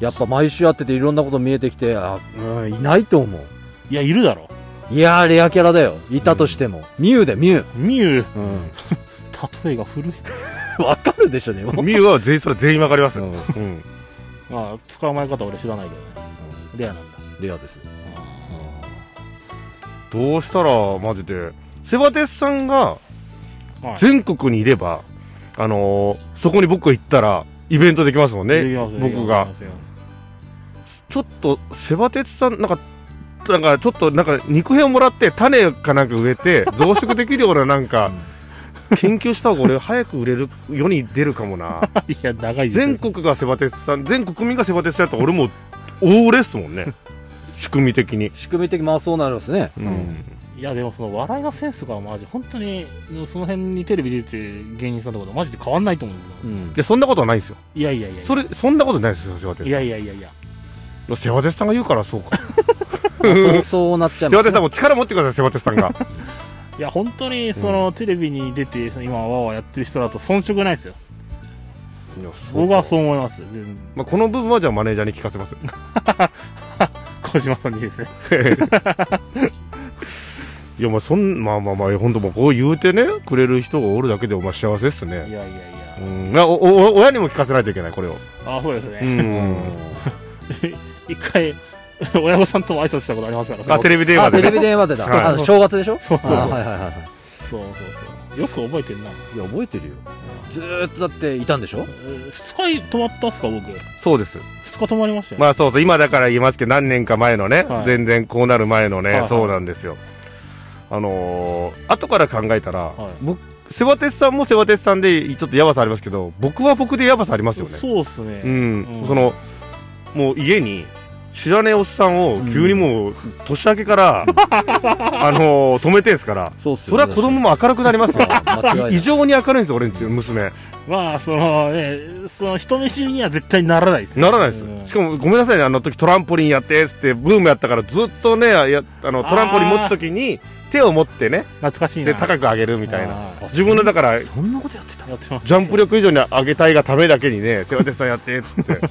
やっぱ毎週会ってていろんなこと見えてきて、あ、うん、いないと思う。いや、いるだろ。いやー、レアキャラだよ。いたとしても。ミュウだよ、ミュウ。ミュウ、うん。例えが古い。 わかるでしょ、でも。んミュウは全員、それ全員わかりますうよ。んうん。まあ、捕まえ方俺知らないけどね。レアなんだ。レアです。どうしたら、マジで。セバテスさんがはい全国にいれば、あのーそこに僕が行ったら、イベントできますもんできねます。ね僕が。。ちょっと、セバテツさん、なんか、なんかちょっと、なんか、肉片をもらって、種かなんか植えて、増殖できるような、なんか、研究した方が俺、早く売れる、世に出るかもな。できますいや、長いですよ全国がセバテツさん、全国民がセバテツさんやったら、俺も、大売れっすもん ね。仕組み的に。仕組み的まあそうなるんですね。うん。いや、でもその笑いのセンスがマジ、本当に、その辺にテレビ出てる芸人さんとかとマジで変わんないと思うんですうよ。んい。や、そんなことはないですよ。いやいやいやいや。それ、そんなことないですよ、セバテいツさやいやいやいや。ん。セバテツさんが言うから、そうか。そうそうなっちゃいセますバテツさん、ね。もう力持ってください、セバテツさんが。いや、本当に、その、テレビに出て、その今、わーわーやってる人だと遜色ないですよ。いやそ僕はそううか。思います。全然まあ、この部分は、じゃあ、マネージャーに聞かせます。小島さんにですね。いやまあそんまあまあまあ本当もうこう言うてねくれる人がおるだけでお前幸せっすいね。やいやいやう。ん、あおお親にも聞かせないといけないこれを。あ、そうですうね。うん、一回、 親御さんとも挨拶したことありますからあ、テレビ電話あ、でテねレビ電話でだ。はいあ正月でしょそうそうそうあはいはいはい。そうそうそうよく覚えてんないや、覚えてるよ。ずーっとだっていたんでしょ2日泊まったっすか僕2そうです。日泊まりましたよ、まあそうそう、今だから言いますけど、何年か前のね、はい全然こうなる前のね、はいはいそうなんですよ。あのー後から考えたら、はい僕、セバテスさんもセバテスさんで、ちょっとヤバさありますけど、僕は僕でヤバさありますよね。そうっすね、うん、うんその、もう家に、知らねえおっさんを急にもう、年明け から、あのー止めてんすから、そうっすそれは子供も明るくなります よ。間違いない異常に明るいんですよ、俺んち、娘。まあそのねその人見知りには絶対ならないですねならないです、うんしかもごめんなさいねあの時トランポリンやってっつってブームやったからずっとねやあのトランポリン持つ時に手を持ってね懐かしいなで高く上げるみたいなあ自分のだからジそんなことやってたーやってますャンプ力以上に上げたいがためだけにね「セバテスさんやって」っつ ってなんか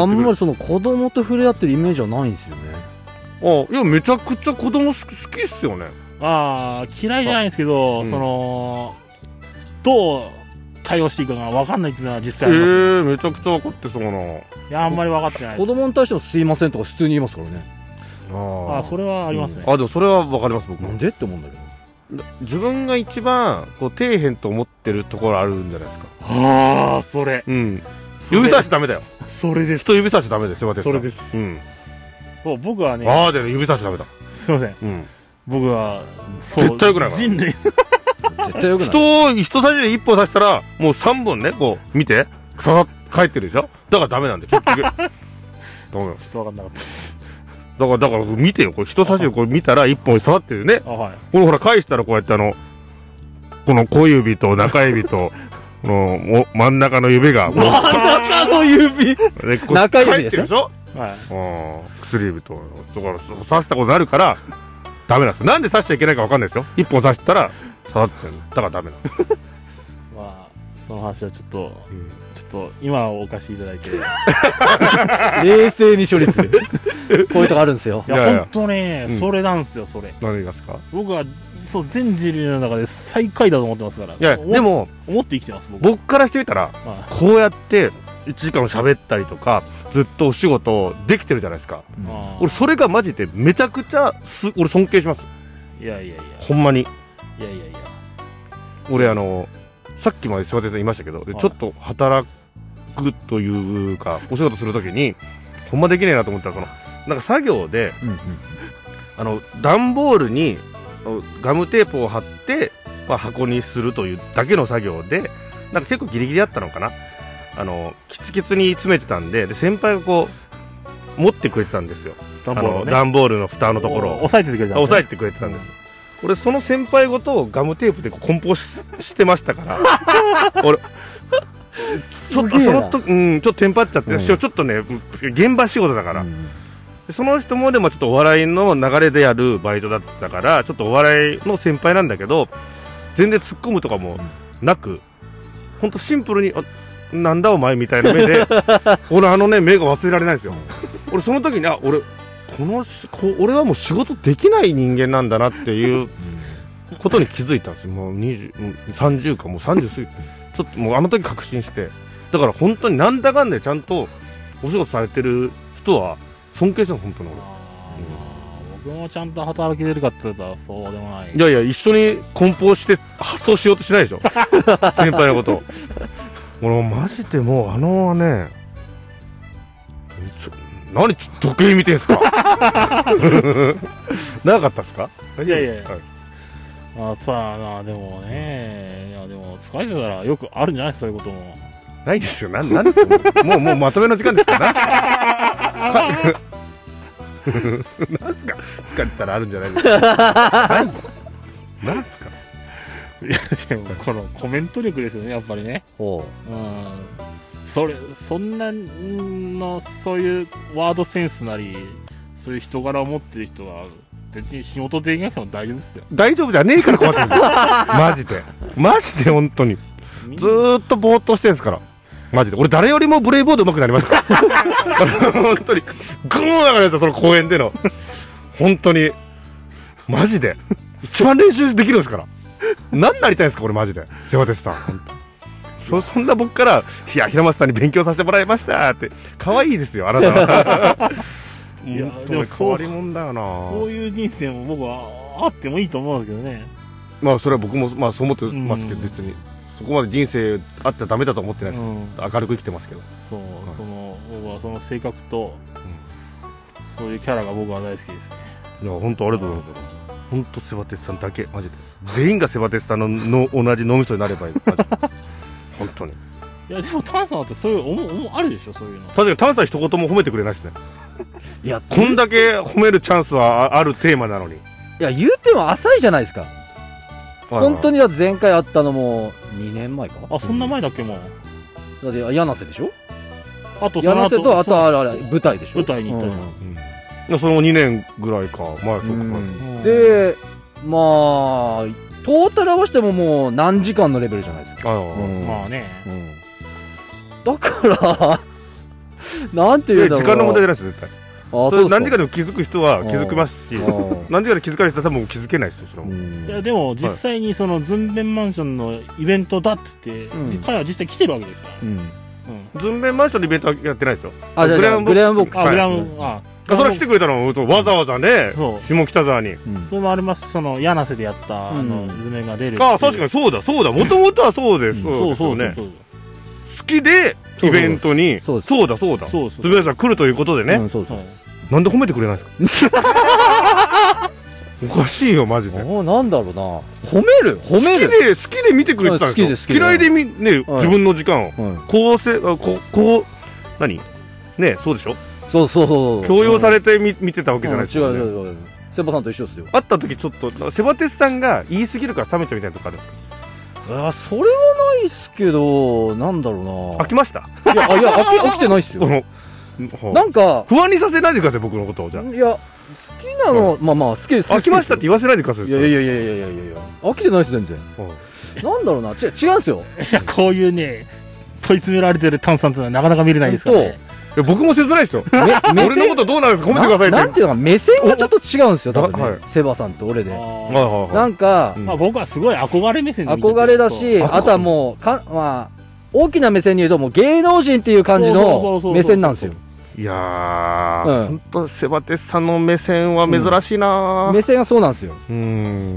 あんまりその子供と触れ合ってるイメージはないんですよね。あいやめちゃくちゃ子供好き好きっすよねまあ嫌いじゃないんですけど、あうんそのどう対応していいかが分かんないっていうのは実え際あります、ー、めちゃくちゃ分かってそうないやあんまり分かってない子供に対してもすいませんとか普通に言いますからね。ああそれはありますね、あでもそれは分かります僕なもんでって思うんだけど。自分が一番こう底辺と思ってるところあるんじゃないですかああそれうん指差しダメだよそれです人指差しダメですよ私それですうんそう僕はねああで指差しダメだすいませんうん僕はそう絶対良くないから人類絶対よくない。人を人差し指で一本刺したらもう3本ねこう見て刺さ帰ってるでしょだからダメなんだ よ結局ダメなんだよちょっと分かんなかったです。だからだから見てよこれ人差し指これ見たら一本刺さってるねあ、はい。このほら返したらこうやってあのこの小指と中指と このお真ん中の指がも中の指う、ね、こう中指ですね返ってるでしょはい。うん薬指とだからそ刺したことになるからダメなんですよなんで刺しちゃいけないかわかんないですよ一本刺したら刺さってるだからダメなんです、まあ、その話はちょっと、ちょっと、今はお貸しいただいて。いや、冷静に処理する。こういうとこあるんですよ。いやいやほんとね、うんそれなんですよ、それ。何がですか僕は、そう、全人類の中で最下位だと思ってますから。いや思で、も思って生きてます、僕。僕からしてみたらはこうやって1時間喋ったりとかずっとお仕事できてるじゃないですかいうんあー俺それがマジでめちゃくちゃす俺尊敬しますいやいやいや、ほんまにいやいやいや。俺あのさっきまで柴田さん言いましたけど、ではいちょっと働くというかお仕事するときにほんまできねえなと思ったらそのなんか作業でうんうんあの段ボールにあのガムテープを貼って、まあ、箱にするというだけの作業でなんか結構ギリギリだったのかなあのキツキツに詰めてたんでで先輩がこう持ってくれてたんですよダンボあーのルね。段ボールの蓋のところおを抑えててくれたんですね押さえてくれてたんです俺その先輩ごとをガムテープでこう梱包ししてましたから 俺ちょっとすげそえなの時、うん、ちょっとテンパっちゃって、うんちょっとね現場仕事だから、うんでその人もでもちょっとお笑いの流れでやるバイトだったからちょっとお笑いの先輩なんだけど全然突っ込むとかもなくほんとシンプルに「あなんだお前」みたいな目 で俺あのね目が忘れられないんですよ俺その時にあ俺このしこ俺はもう仕事できない人間なんだなっていうことに気づいたんですよもう20もう30かもう30過ぎてちょっともうあの時確信してだから本当になんだかんだでちゃんとお仕事されてる人は尊敬してる本当に俺。あー僕もちゃんと働けてるかって言ったらそうでもない。いやいや、一緒に梱包して発送しようとしないで しょ。先輩のこと。俺、マジでもう、あのね、ちょ何ちょ時計見てんすか 長かったっすかいやいやいや大丈夫ですまあ、さあ、まあ、でもね、いや、でも、疲れてたらよくあるんじゃないですか、そういうことも。かないですよ。なんなんですかもう、もうまとめの時間ですから。 何すか何すか疲れてたらあるんじゃないですか。何何すかいや、でも、このコメント力ですよね、やっぱりね。ほうん。それ、そんなの、そういうワードセンスなり、そういう人柄を持ってる人は、別に仕事できなくても大丈夫ですよ。大丈夫じゃねえから困ってるんだよマジで。マジで本当に。みんずーっとぼーっとしてんすから。マジで。俺誰よりもブレイボード上手くなりましたから。あ の本当に。グーン上がりました、その公園での。本当に。マジで。一番練習できるんですから。何になりたいんですか、俺マジで。セバテスさん。本当そそんな僕から、いや、平松さんに勉強させてもらいましたって、可愛いですよ、あなたは。いいやや、でも変そわうり者だよそうな。いう人生も僕はあってもいいと思うんだけどねまあ、それは僕も、まあ、そう思ってますけど、うん別に。そこまで人生あっちゃダメだとは思ってないです。うん明るく生きてますけど。そう、いその僕はその性格と、そういうキャラが僕は大好きですねいや、本当ありがとうございます。本当セバテツさんだけ、マジで。全員がセバテツさんのの同じ脳みそになればいい。マジで本当に。いやでもタンさんだってそういう思思あるでしょそういうの確かに、タンさん一言も褒めてくれないですね。いや、こんだけ褒めるチャンスはああるテーマなのに。いや、言うても浅いじゃないですか。本当に。には前回あったのも2年前か。あそんな前だっけもうだって、柳瀬でしょあとその柳瀬後と、あそとあれあれ、舞台でしょ舞台に行ったじゃうんうんいやその2年ぐらいか、前、そうか。んうんで、まあ、トータル合わせてももう何時間のレベルじゃないですか。ああ、うんまあねうんだから、 なんていいやうんだろうな。時間の問題じゃないです、絶対。あそうでそすれか何時間でも気づく人は気づきますし、あ何時間で気づかない人は多分気づけないですよ、それはーうもう。んいやでも実際にそのズンベンマンションのイベントだっつって、うん彼は実際来てるわけですから、うんうんズンベンマンションのイベントはやってないですよ。あ、じゃあじゃあ、ググレレーーンンボッボッククス。スあはいグラウンああそれは来てくれたのはわざわざね、そう下北沢に。うんそれもありますその柳瀬でやった、あうのんズメが出るっていうああ、確かにそうだ、そうだ、もともとはそうです。そうそそううでそすうよね。そう好きで、イベントに、そそううですだ、そうだ。ズそうそうンベンさん来るということでうね、んそうそう。なんで褒めてくれないんですかおかしいよ、マジで。おなんだろうな。褒める褒め好きるで、好きで見てくれてたんうん好できすで好きでよ。嫌いでみ、ね、はい自分の時間を。うんこうせ、あここう、何ね、そうでしょそうそうそう。強要されれてみ見てたわけじゃないですよ違うね。違う違う。セバさんと一緒ですよ。会った時ちょっと、セバテスさんが言い過ぎるから冷めたみたいなとこあるんですかあそれはないっすけど、なんだろう飽きましたな。いや、あいや、飽き、飽きてないっすこよ。の、なはあんか、不安にさせないでください、僕のことを。じゃいや、好きなの、まあまあ、好きです。あ。飽きましたって言わせないでください。いやいやいやいやいやいやいや飽きてないっす、全然。それはなんだろうな。違う、違うん すよ。いやこういうね問い詰められてる炭酸っていうのはなかなか見れないですからねいや僕も切ない ですよ。め俺のことどうなんですか褒めてくださいって。ななんていうのか目線がちょっと違うんですよお多お分ね、はいセバさんと俺で、あはーいはいなはいんか、うんまあ僕はすごい憧れ目線で見てて憧れだしそうあとはもうか、まあ、大きな目線に言うともう芸能人っていう感じそうそのうそうそう目線なんですよいやー、うんほんと、セバテスさんの目線は珍しいな目線がそうなんですよーう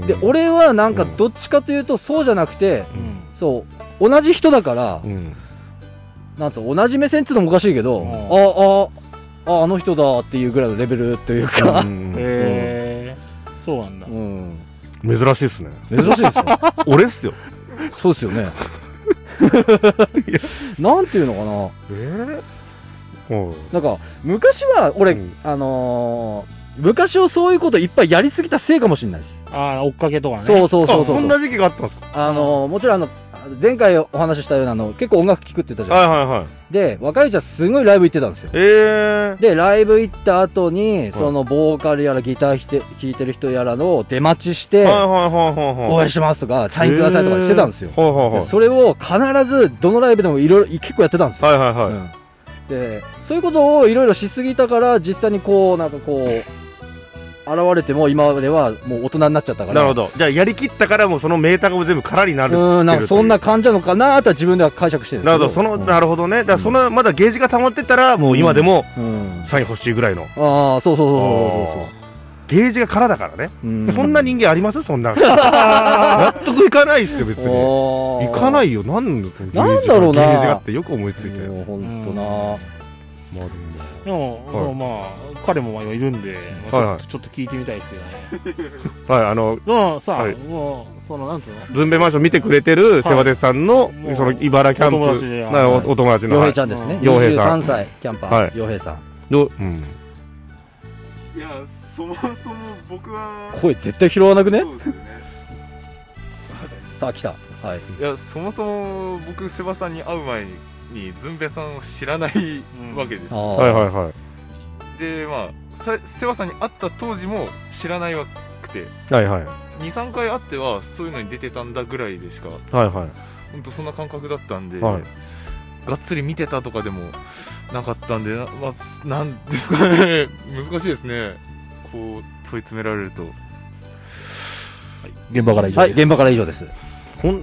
ん。で、俺はなんかうんどっちかというとそうじゃなくて、うんそう同じ人だから、 うん。なんつうの同じ目線っていうのもおかしいけど、うんああああの人だっていうぐらいのレベルというか、うんへえそうなんだ、うん、珍しいですね。珍しい ですよ俺っ すよ。そうですよねなんていうのかなえーおいなんか、昔は、俺、うんあのー昔をそういうこといっぱいやりすぎたせいかもしれないです。ああ追っかけとかねそうそうそうあそう。そんな時期があったんですかあのーもちろん、あの、前回お話ししたような、あの、結構音楽聴くって言ったじゃん。はいはいはい。で、若いちゃんすごいライブ行ってたんですよ。ええで、ライブ行った後に、その、ボーカルやらギター弾いて弾いてる人やらの出待ちして、はいはいはいはいはい。応援してますとか、サインくださいとかしてたんですよえ。ーはいはいでそれを必ず、どのライブでもいろいろ、結構やってたんですよ。はい。はいはいはい。うん、でそういうことをいろいろしすぎたから実際にこうなんかこう現れても今まではもう大人になっちゃったからなるほど。じゃあ、やりきったからもうそのメーターが全部空になる。うんなんかそんなな感じなのかなとは自分では解釈してるんでるすほけどど。その、うんなるほどね。だからその、まだゲージが溜まってたら、もう今でもうんサイン欲しいぐらいの。ああそうそうそうそうゲージが空だからね。そううんそんな人間ありますそ んな。納得いかないっすよ、別に。おーいかないよ。なんだゲージがなんだろうなゲージがってよく思いついて。もうほんとなまあでもでも、はいそのまあ彼もまあ今いるんで、まあはいはいちょっとちょっと聞いてみたいですけどねはい、あの、でもさ、はいもうそのなんつうのズンベマンション見てくれてるセバテスさんの、もうその茨城キお友ャン達でプ、なおお友達の。洋は平いちゃんですね洋平さん23歳キャンパーはい洋平さんどううん。いや、そもそも僕は。声絶対拾わなくねそうですよね。さあ来たはいいや、そもそも僕、セバさんに会う前に、ズンベさんを知らないんわけです。あはいーはいはい。で、まあ、さセバさんに会った当時も知らないわくて、はいはい。 2、3回会っては、そういうのに出てたんだぐらいでしか、はいはい。ほんとそんな感覚だったんで、はいがっつり見てたとかでもなかったんで、なまあ、なんですかね、 難しいですね。こう、問い詰められると。現場から以上はいです、現場から以上ですこん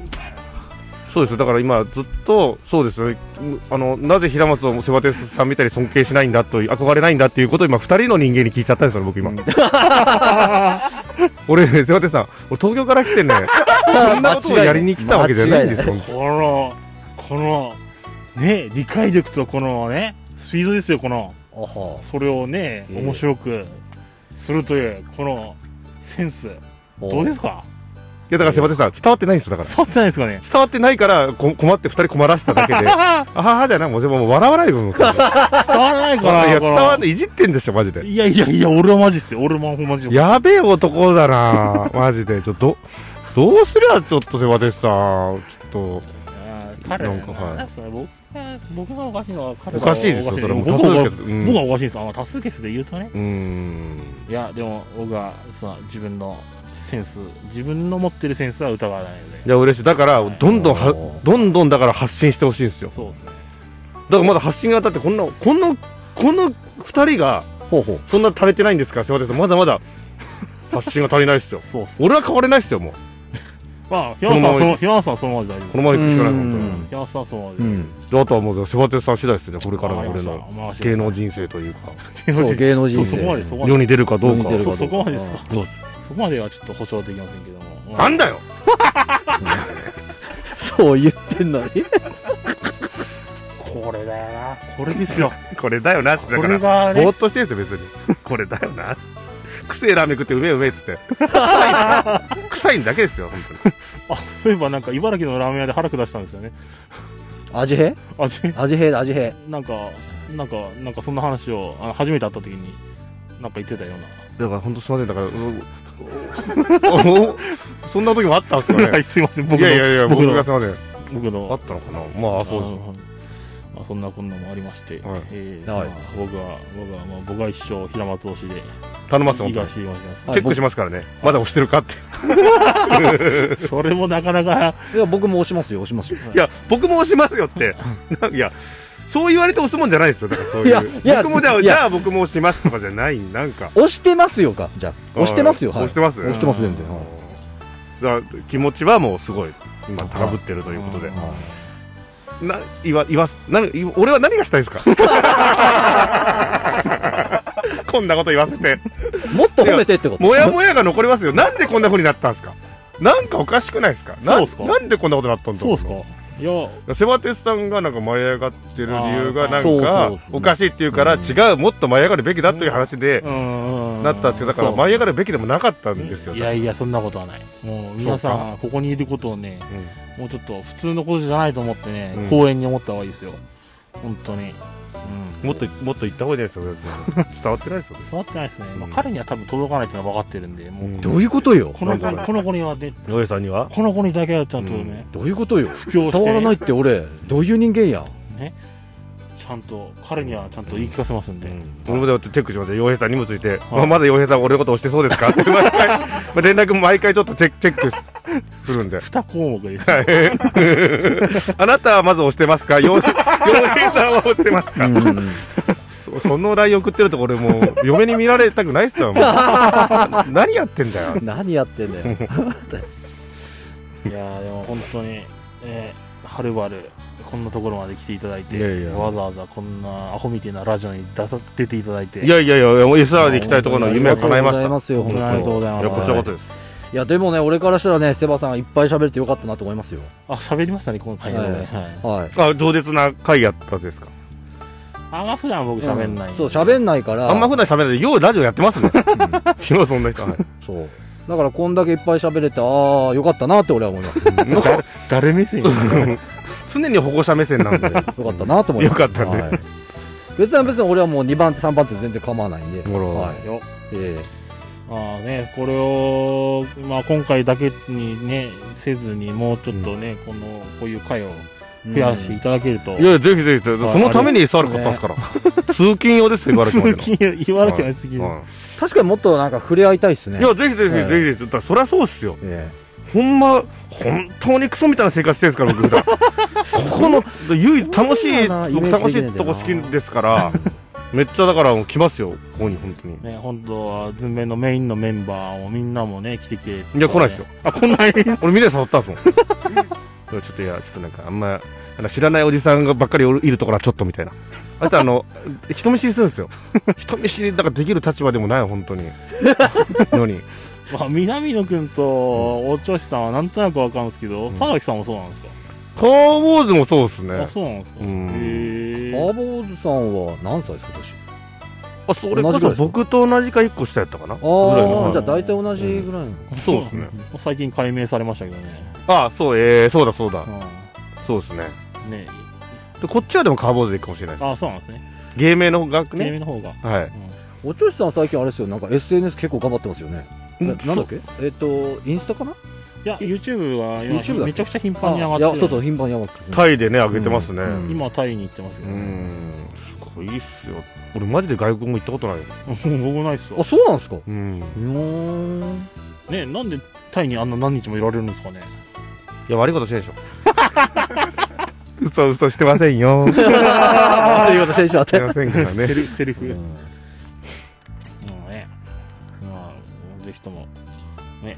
そうですだから今ずっとそうですねあのなぜ平松をセバテスさんみたいに尊敬しないんだという憧れないんだっていうことを今二人の人間に聞いちゃったんですよ僕今、 俺ねセバテスさん俺東京から来てねこんなことをやりに来たわけじゃないんですよこの、この、ね、理解力とこのね、スピードですよ、この、おほそれをえね、え面白くするという、このセンス、どうですかいやだからセバテスさん伝わってないんですよだから伝わってないですか ね伝わってないからこ困って二人困らしただけ であははじゃないもうもう笑わない分もちょっと伝わらないかな。いや伝わんなないいじってんでしょマジでい。いやいやいや、俺はマジっすよ。俺もほんまマジで。やべえ男だな マジでちょっとどどうすりゃちょっとセバテスさんちょっとあー彼なんかはいなんすかね僕が僕がおかしいのは彼おがかしいですよおかそれはもう僕が多お数か決うん僕がおかしいんですあの多数決で言うとねうーんいやでも僕はさ自分のセンス自分の持ってるセンスは疑わないのでいや嬉しいだからはいどんどんおはーどんどんだから発信してほしいんですよそうですねだからまだ発信がだってこんなこのこの二人がほうほうそんな足りてないんですからセバテスさんまだまだ発信が足りないですよそうっす俺は変われないですよもうまあ平野さんこのまはまその平野さんはそのままで大丈夫このままです行くしかない本当うにん平野さんはそのままうでんじゃああとはもうセバテスさん次第ですねこれからの俺のの芸能人生というか芸能そう人芸能人そ生うそこまでそこま世でに出るかどうか世に出るそかうそこまでですかどうすそこまではちょっと保証できませんけどもなんだよそう言ってんのに これだよなこれですよこれだよなってこだかれらがぼーねっとしてるんですよ 別にこれだよなくせえラーメン食ってうめえうめえっ つって臭いんだ臭いんだけですよ本当にあそういえばなんか茨城のラーメン屋で腹下したんですよね味変味味変だ味変なんか、なんか、なんかそんな話を、あの初めて会った時に、なんか言ってたようだから本当すいませんだからううおそんな時もあったんですか な。はねい、すいません、い僕の。やいやいや僕がのすいません僕あっの。たのかなまあそうですあのまあ、そんなこんなもありまして、はいえーはいまあ僕は、僕は、まあ、僕は一生平松推しで、頼ます本い当かにしていただきます。はいチェックしますからねまだ押してるかって それもなかなか、いや僕も押しますよ押しますよいや僕も押しますよってなんかいやそう言われて押すもんじゃないですよだからそういやいういや僕もじゃあいじやゃあ僕も押しますとかじゃないなんか押してますよかじゃあ押してますよあー押してます押してます全然あはいーだから気持ちはもうすごい今高ぶってるということでうんはな言わ言わすな言俺は何がしたいですか こんなこと言わせていもっと褒めてってこともやもやが残りますよなんでこんなふうになったんですかなんかおかしくないですかなそうっすかなんでこんなことになったんだそうろですかいや、セバテスさんがなんか舞い上がってる理由がなあーそうそうんかそうおかしいっていうからうん違うもっと舞い上がるべきだという話でうんなったんですけどだからそう舞い上がるべきでもなかったんですよいやいや、そんなことはない。もう、皆さん、ここにいることをね、うんもうちょっと普通のことじゃないと思ってね、うん公園に思った方がいいですよ。本当に。うん。もっともっと言った方がいいじゃないですか伝わってないですよね伝わってないですね。まあうん彼には多分届かないっていうのは分かってるんで、もう、うんどういうことよこのなんだ子この子にはね、ロエさんにはこの子にだけはちゃんとね、どういうことよ布伝教してわらないって俺どういう人間やね、ちゃんと、彼にはちゃんと言い聞かせますんで。俺もだってチェックしますよ、洋平さんにもついて、いまあ、まだ洋平さん、俺のこと押してそうです かって、毎回、まあ連絡、毎回ちょっとチェックチェックしするんで、二項目です。は い。あなたはまず押してますか、洋洋平さんは押してますか、うんそその LINE 送ってると、俺、もう、嫁に見られたくないっす よ、もう何やってんだよ、 何やってんだよいやーでも本当に、えーはるばる、こんなところまで来ていただいて、いやいやわざわざこんなアホみたいなラジオに出さ出ていただいて、いやいやいや、もう SR に行きたいところの夢を叶えました、ありがとうございますよ本当にありがとうございまいす。や、こちらこそです、いやでもね俺からしたらねセバさんいっぱい喋れてよかったなと思いますよあ、喋りましたね、今回のね。はいはいあ上舌な回やったんですか、あんま普段僕喋んない、そう喋んないからあんま普段喋らないで、ようラジオやって ますね、ようそんな人、はいそうだからこんだけいっぱい喋れてああよかったなって俺は思いますよだ誰目線常に保護者目線なんで。かったなと思いますよかったねはい別に別に俺はもう2番手3番手全然構わないんで、ほらはいよえまあねこれを、まあ、今回だけにねせずにもうちょっとね、このこういう回をえ増やしていただけると、いや、ぜひぜひ、そはいのために SR 買ったんですから。通勤用ですよ、茨城ま通での。勤茨城はすぎる、は確かにもっとなんか触れ合いたいですねいいや、ぜひぜひ、はいぜひぜひ、だからそりゃそうっすよ。えほんま、本当にクソみたいな生活してるんですから、僕普段。ここの、唯一楽しそうい、だなイメー僕ジ楽しできないいんだとよなこ好きですから、めっちゃだから、来ますよ、ここに、本当に。ね本当はズンベのメインのメンバーをみんなもね来てきて、いや、来ないっすよ。あ来ない 俺、ミレイ触ったんですもん。ちょっといや、ちょっとなんかあんま、なんか知らないおじさんがばっかりおるいるところはちょっとみたいな。あとあの、 人見知りするんですよ。人見知り、だからできる立場でもない、本当 に。のに。まあ、南野君とお調子さんはなんとなくわかるんですけど、うん田崎さんもそうなんですか、カーボーズもそうですあ、ね。そうなんですか、うんへカーーボーズさんは何歳ですか、年。あ、それこそ僕と同じか1個下やったかな。ぐらいの。あはあ、いじゃあ大体同じぐらいの。そうですね。 最近解明されましたけどね。あ、そう、えー、そうだそうだ。うそうですね。ん、ねで、こっちはでもカーボーズでいいかもしれないです。あ、そうなんですね。芸名の学テレね。ビの方が。はい。おちょしさん最近あれですよ、なんか SNS 結構頑張ってますよね。ななんそだっけえっと、インスタかないや、YouTube は YouTube だ今っけめちゃくちゃ頻繁に上あがっいてるや、そうそう、頻繁に上がってる。タイでね、上げてますね。うん今タイに行ってますけうど、ねん、すごいっすよ。俺マジで外国も行ったことないよ。 僕ないっすあ、わ。そうなんですかうん。うーん。ねなんでタイにあんな何日もいられるんですかね。いや、悪いことしてないでしょ。 嘘嘘してませんよ。しああ、いうことしてしまってた。ません からセね。ルセルフ。ううんんね。まあ、ぜひとも、ね。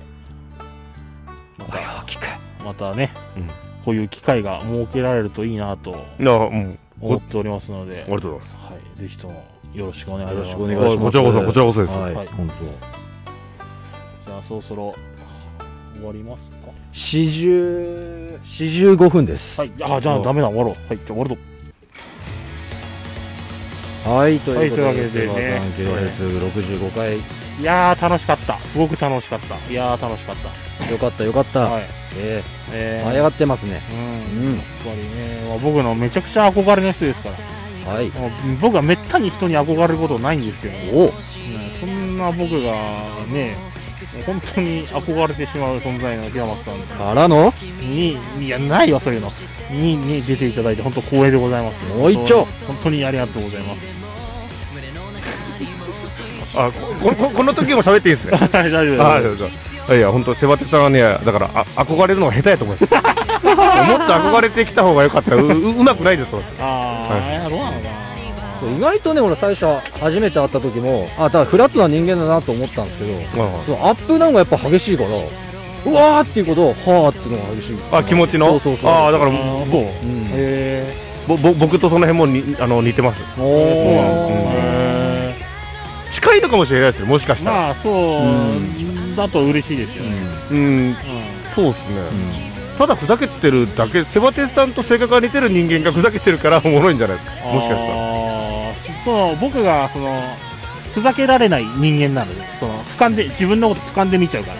まおた、陽気かいまたね、うんこういう機会が設けられるといいなとなあ、うん。思っておりますので、ありがとうございます。はい、ぜひともよろしくお願いしよろます。しくお願いします。こちらこそ、こちらこそです。はい、はい本当。じゃあそろそろ終わりますか。四十、四十五分です。はい、あじゃあダメだ終わろう。はい、じゃあ終わるぞ。はい、ということはいとで、いうわけでねセバーさん KHz65 回、いやー楽しかった。すごく楽しかった。いやー楽しかっ。よかった、よかったた。はい。ええ、え舞い上がってますね。ー、ううん。やん。っぱりね、まあ僕のめちゃくちゃ憧れの人ですから。はい。もう僕はめったに人に憧れることないんですけど、ね、おそんな僕がね、本当に憧れてしまう存在の平松さんからの、に、いや、ないわ、そういうの。に、に出ていただいて、本当光栄でございます。もう一丁本当にありがとうございます。あ、こここの時も喋っていい ですね。はい、大丈夫あ大い丈夫やいやいや本当セバテさんはねだからあ憧れるのが下手やと思います もっと憧れてきた方が良かったうううまくないですと思いますあー、どうなのか意外とね、俺最初初めて会った時も、あ、だからフラットな人間だなと思ったんですけど、そのアップダウンがやっぱ激しいから、うわーっていうことを、はーっていうのが激しい。あ気持ちのそうそうそう。ああだからなあーそう。うん。へぼぼ僕とその辺もにあの似てますおーそうなんーですね近いのかもしれないですねもしかしたら、まあそうだと嬉しいですようね、んうんそうですね、ただふざけてるだけセバテさんと性格が似てる人間がふざけてるから おもろいんじゃないですかもしかしたらたらそう僕がそのふざけられない人間なのでその俯瞰で自分のこと俯瞰で見ちゃうか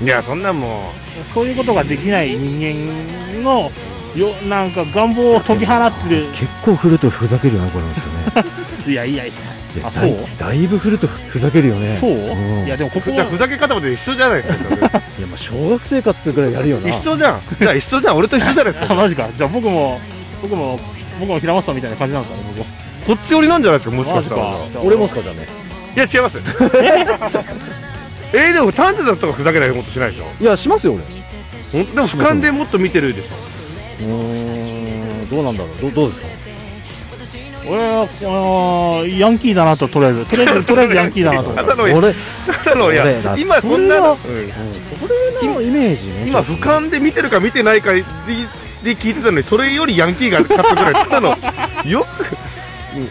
らいやそんなんもそういうことができない人間のよなんか願望を解き放ってる結構振るとふざけるよな、これですよね。いやいやい やあだそいうだいぶ振るとふざけるよね。そう、んいやでもこうこじゃあふはざけ方まで一緒じゃないですかいや、まあ小学生かっていうくらいやるよな。一緒じゃんじゃあ一緒じゃん俺と一緒じゃないですあかマジかじゃあ僕も僕も僕も平松さんみたいな感じなんですかね僕もこっち寄りなんじゃないですかもしかしたらマジか俺もっすか、じゃあね。いや違いますえー、でもタンジだったらふざけないことしないでしょいや、しますよ、俺。う本当でも俯瞰でもっと見てるでしょーん、どうなんだろう。どどうですか俺はあーヤンキーだなととりあえずとりあ えずとりあえずヤンキーだなと思たってだの俺、うんただのいそれやだ今そんなの、うんそれのイメージね。今俯瞰で見てるか見てないかでで聞いてたのにそれよりヤンキーが勝ったぐらいただのよく、うん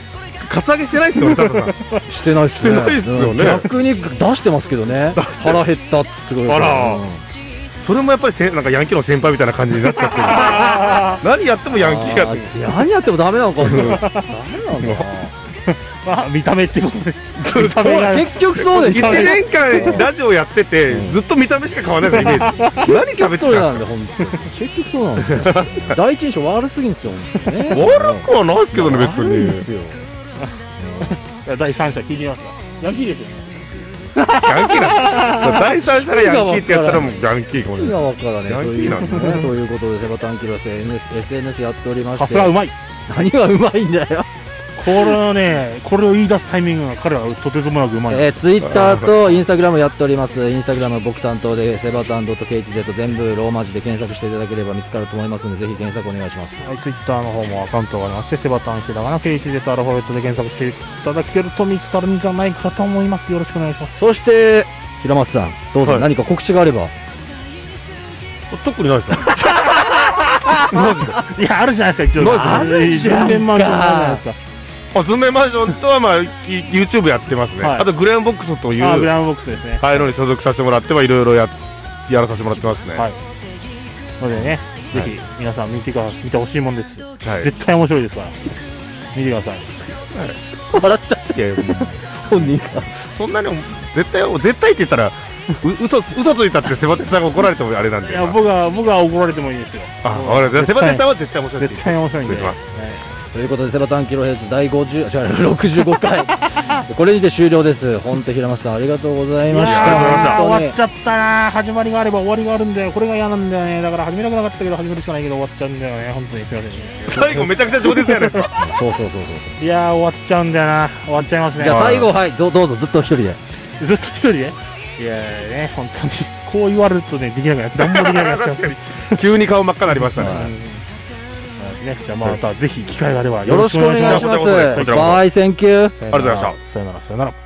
カツアゲしてないっすよ俺たださんしてないっすね。してないっすようねん逆に出してますけどね。腹減ったっつってことあらうんそれもやっぱりせなんかヤンキーの先輩みたいな感じになっちゃってる何やってもヤンキーやってるあ何やってもダメな のか。ダメなんだなまあ見た目っ てことです見た目がの。結局そうでし1た年間ラジオやっててずっと見た目しか変わらないですイメージ何喋ってたそんうですなかんだ、本当に。結局そうなんだよ。 第一印象悪すぎんすよ、本当にね悪くはないですけどね別悪いんでにすよ。第三者聞いてみますかヤンキーですよねヤンキーな第三者がヤンキーってやったらもうヤンキーかもし意味れながいわからね。ヤンキといーうなこんとだでね、ということで、セバタンキロス SNS、SNS やっておりまして。さすがうまい何がうまいんだよ。これのねこれを言い出すタイミングが彼はとてつもなくうまいえー、ツイッターとインスタグラムやっております。インスタグラム僕担当で、セバタン .khz 全部ローマ字で検索していただければ見つかると思いますので、ぜひ検索お願いします。はい、ツイッターの方もアカウントがありまして、セバタンひらがな、KHZ アルファベットで検索していただけると見つかるんじゃないかと思います。よろしくお願いします。そして、平松さん、どうぞはい何か告知があれば。 特にないですよいや、あるじゃないですか、一応。あるじゃんか10年前じゃないですか。あ、ズンメマンションとは、まあ、い YouTube やってますね。はいあと、グレーンボックスという、あ、グはランボックスですね。いのに所属させてもらっては、いろいろや、やらさせてもらってますね。はい。のでね、はぜいひ皆さん見てくだ見てほしいもんです。はい絶対面白いですから。見てください。笑っちゃったいやいやもう本人がそんなに、絶対、絶対って言ったら、う嘘つ、嘘ついたって、セバテスさんが怒られてもあれなんで。いや、僕は、僕は怒られてもいいですよ。あ、もうわかりました。セ絶バテ対スさんは絶対面白いって絶対面白いんで。お願いしはい ということで、セバタンキロヘッズ第50、違う、65回。 これにて終了です。本当、平松さん、ありがとうございまし。やありがとうございましたー終わっ本ちゃったな始まりがあれば終わりがあるんだよこれが嫌なんだよねだから始めなくなかったけど始めるしかないけど終わっちゃうんだよね本当にすいませんね最後めちゃくちゃ上手じゃないですか。当にそうそうそうそう。いやー終わっちゃうんだよな終わっちゃいますねじゃあ最後、はい、どどうぞ、ずっと一人で。ずっと一人でいやーね本当にこう言われるとねできなくなっちゃう何もできなくなっちゃ う急に顔真っ赤になりましたね。はうんね、じゃあまたぜひ機会があればいよろしくお願いしこます。ちらこそですこちらこそバイ、センキュー。さよあなりがとうございまらさよならさよなら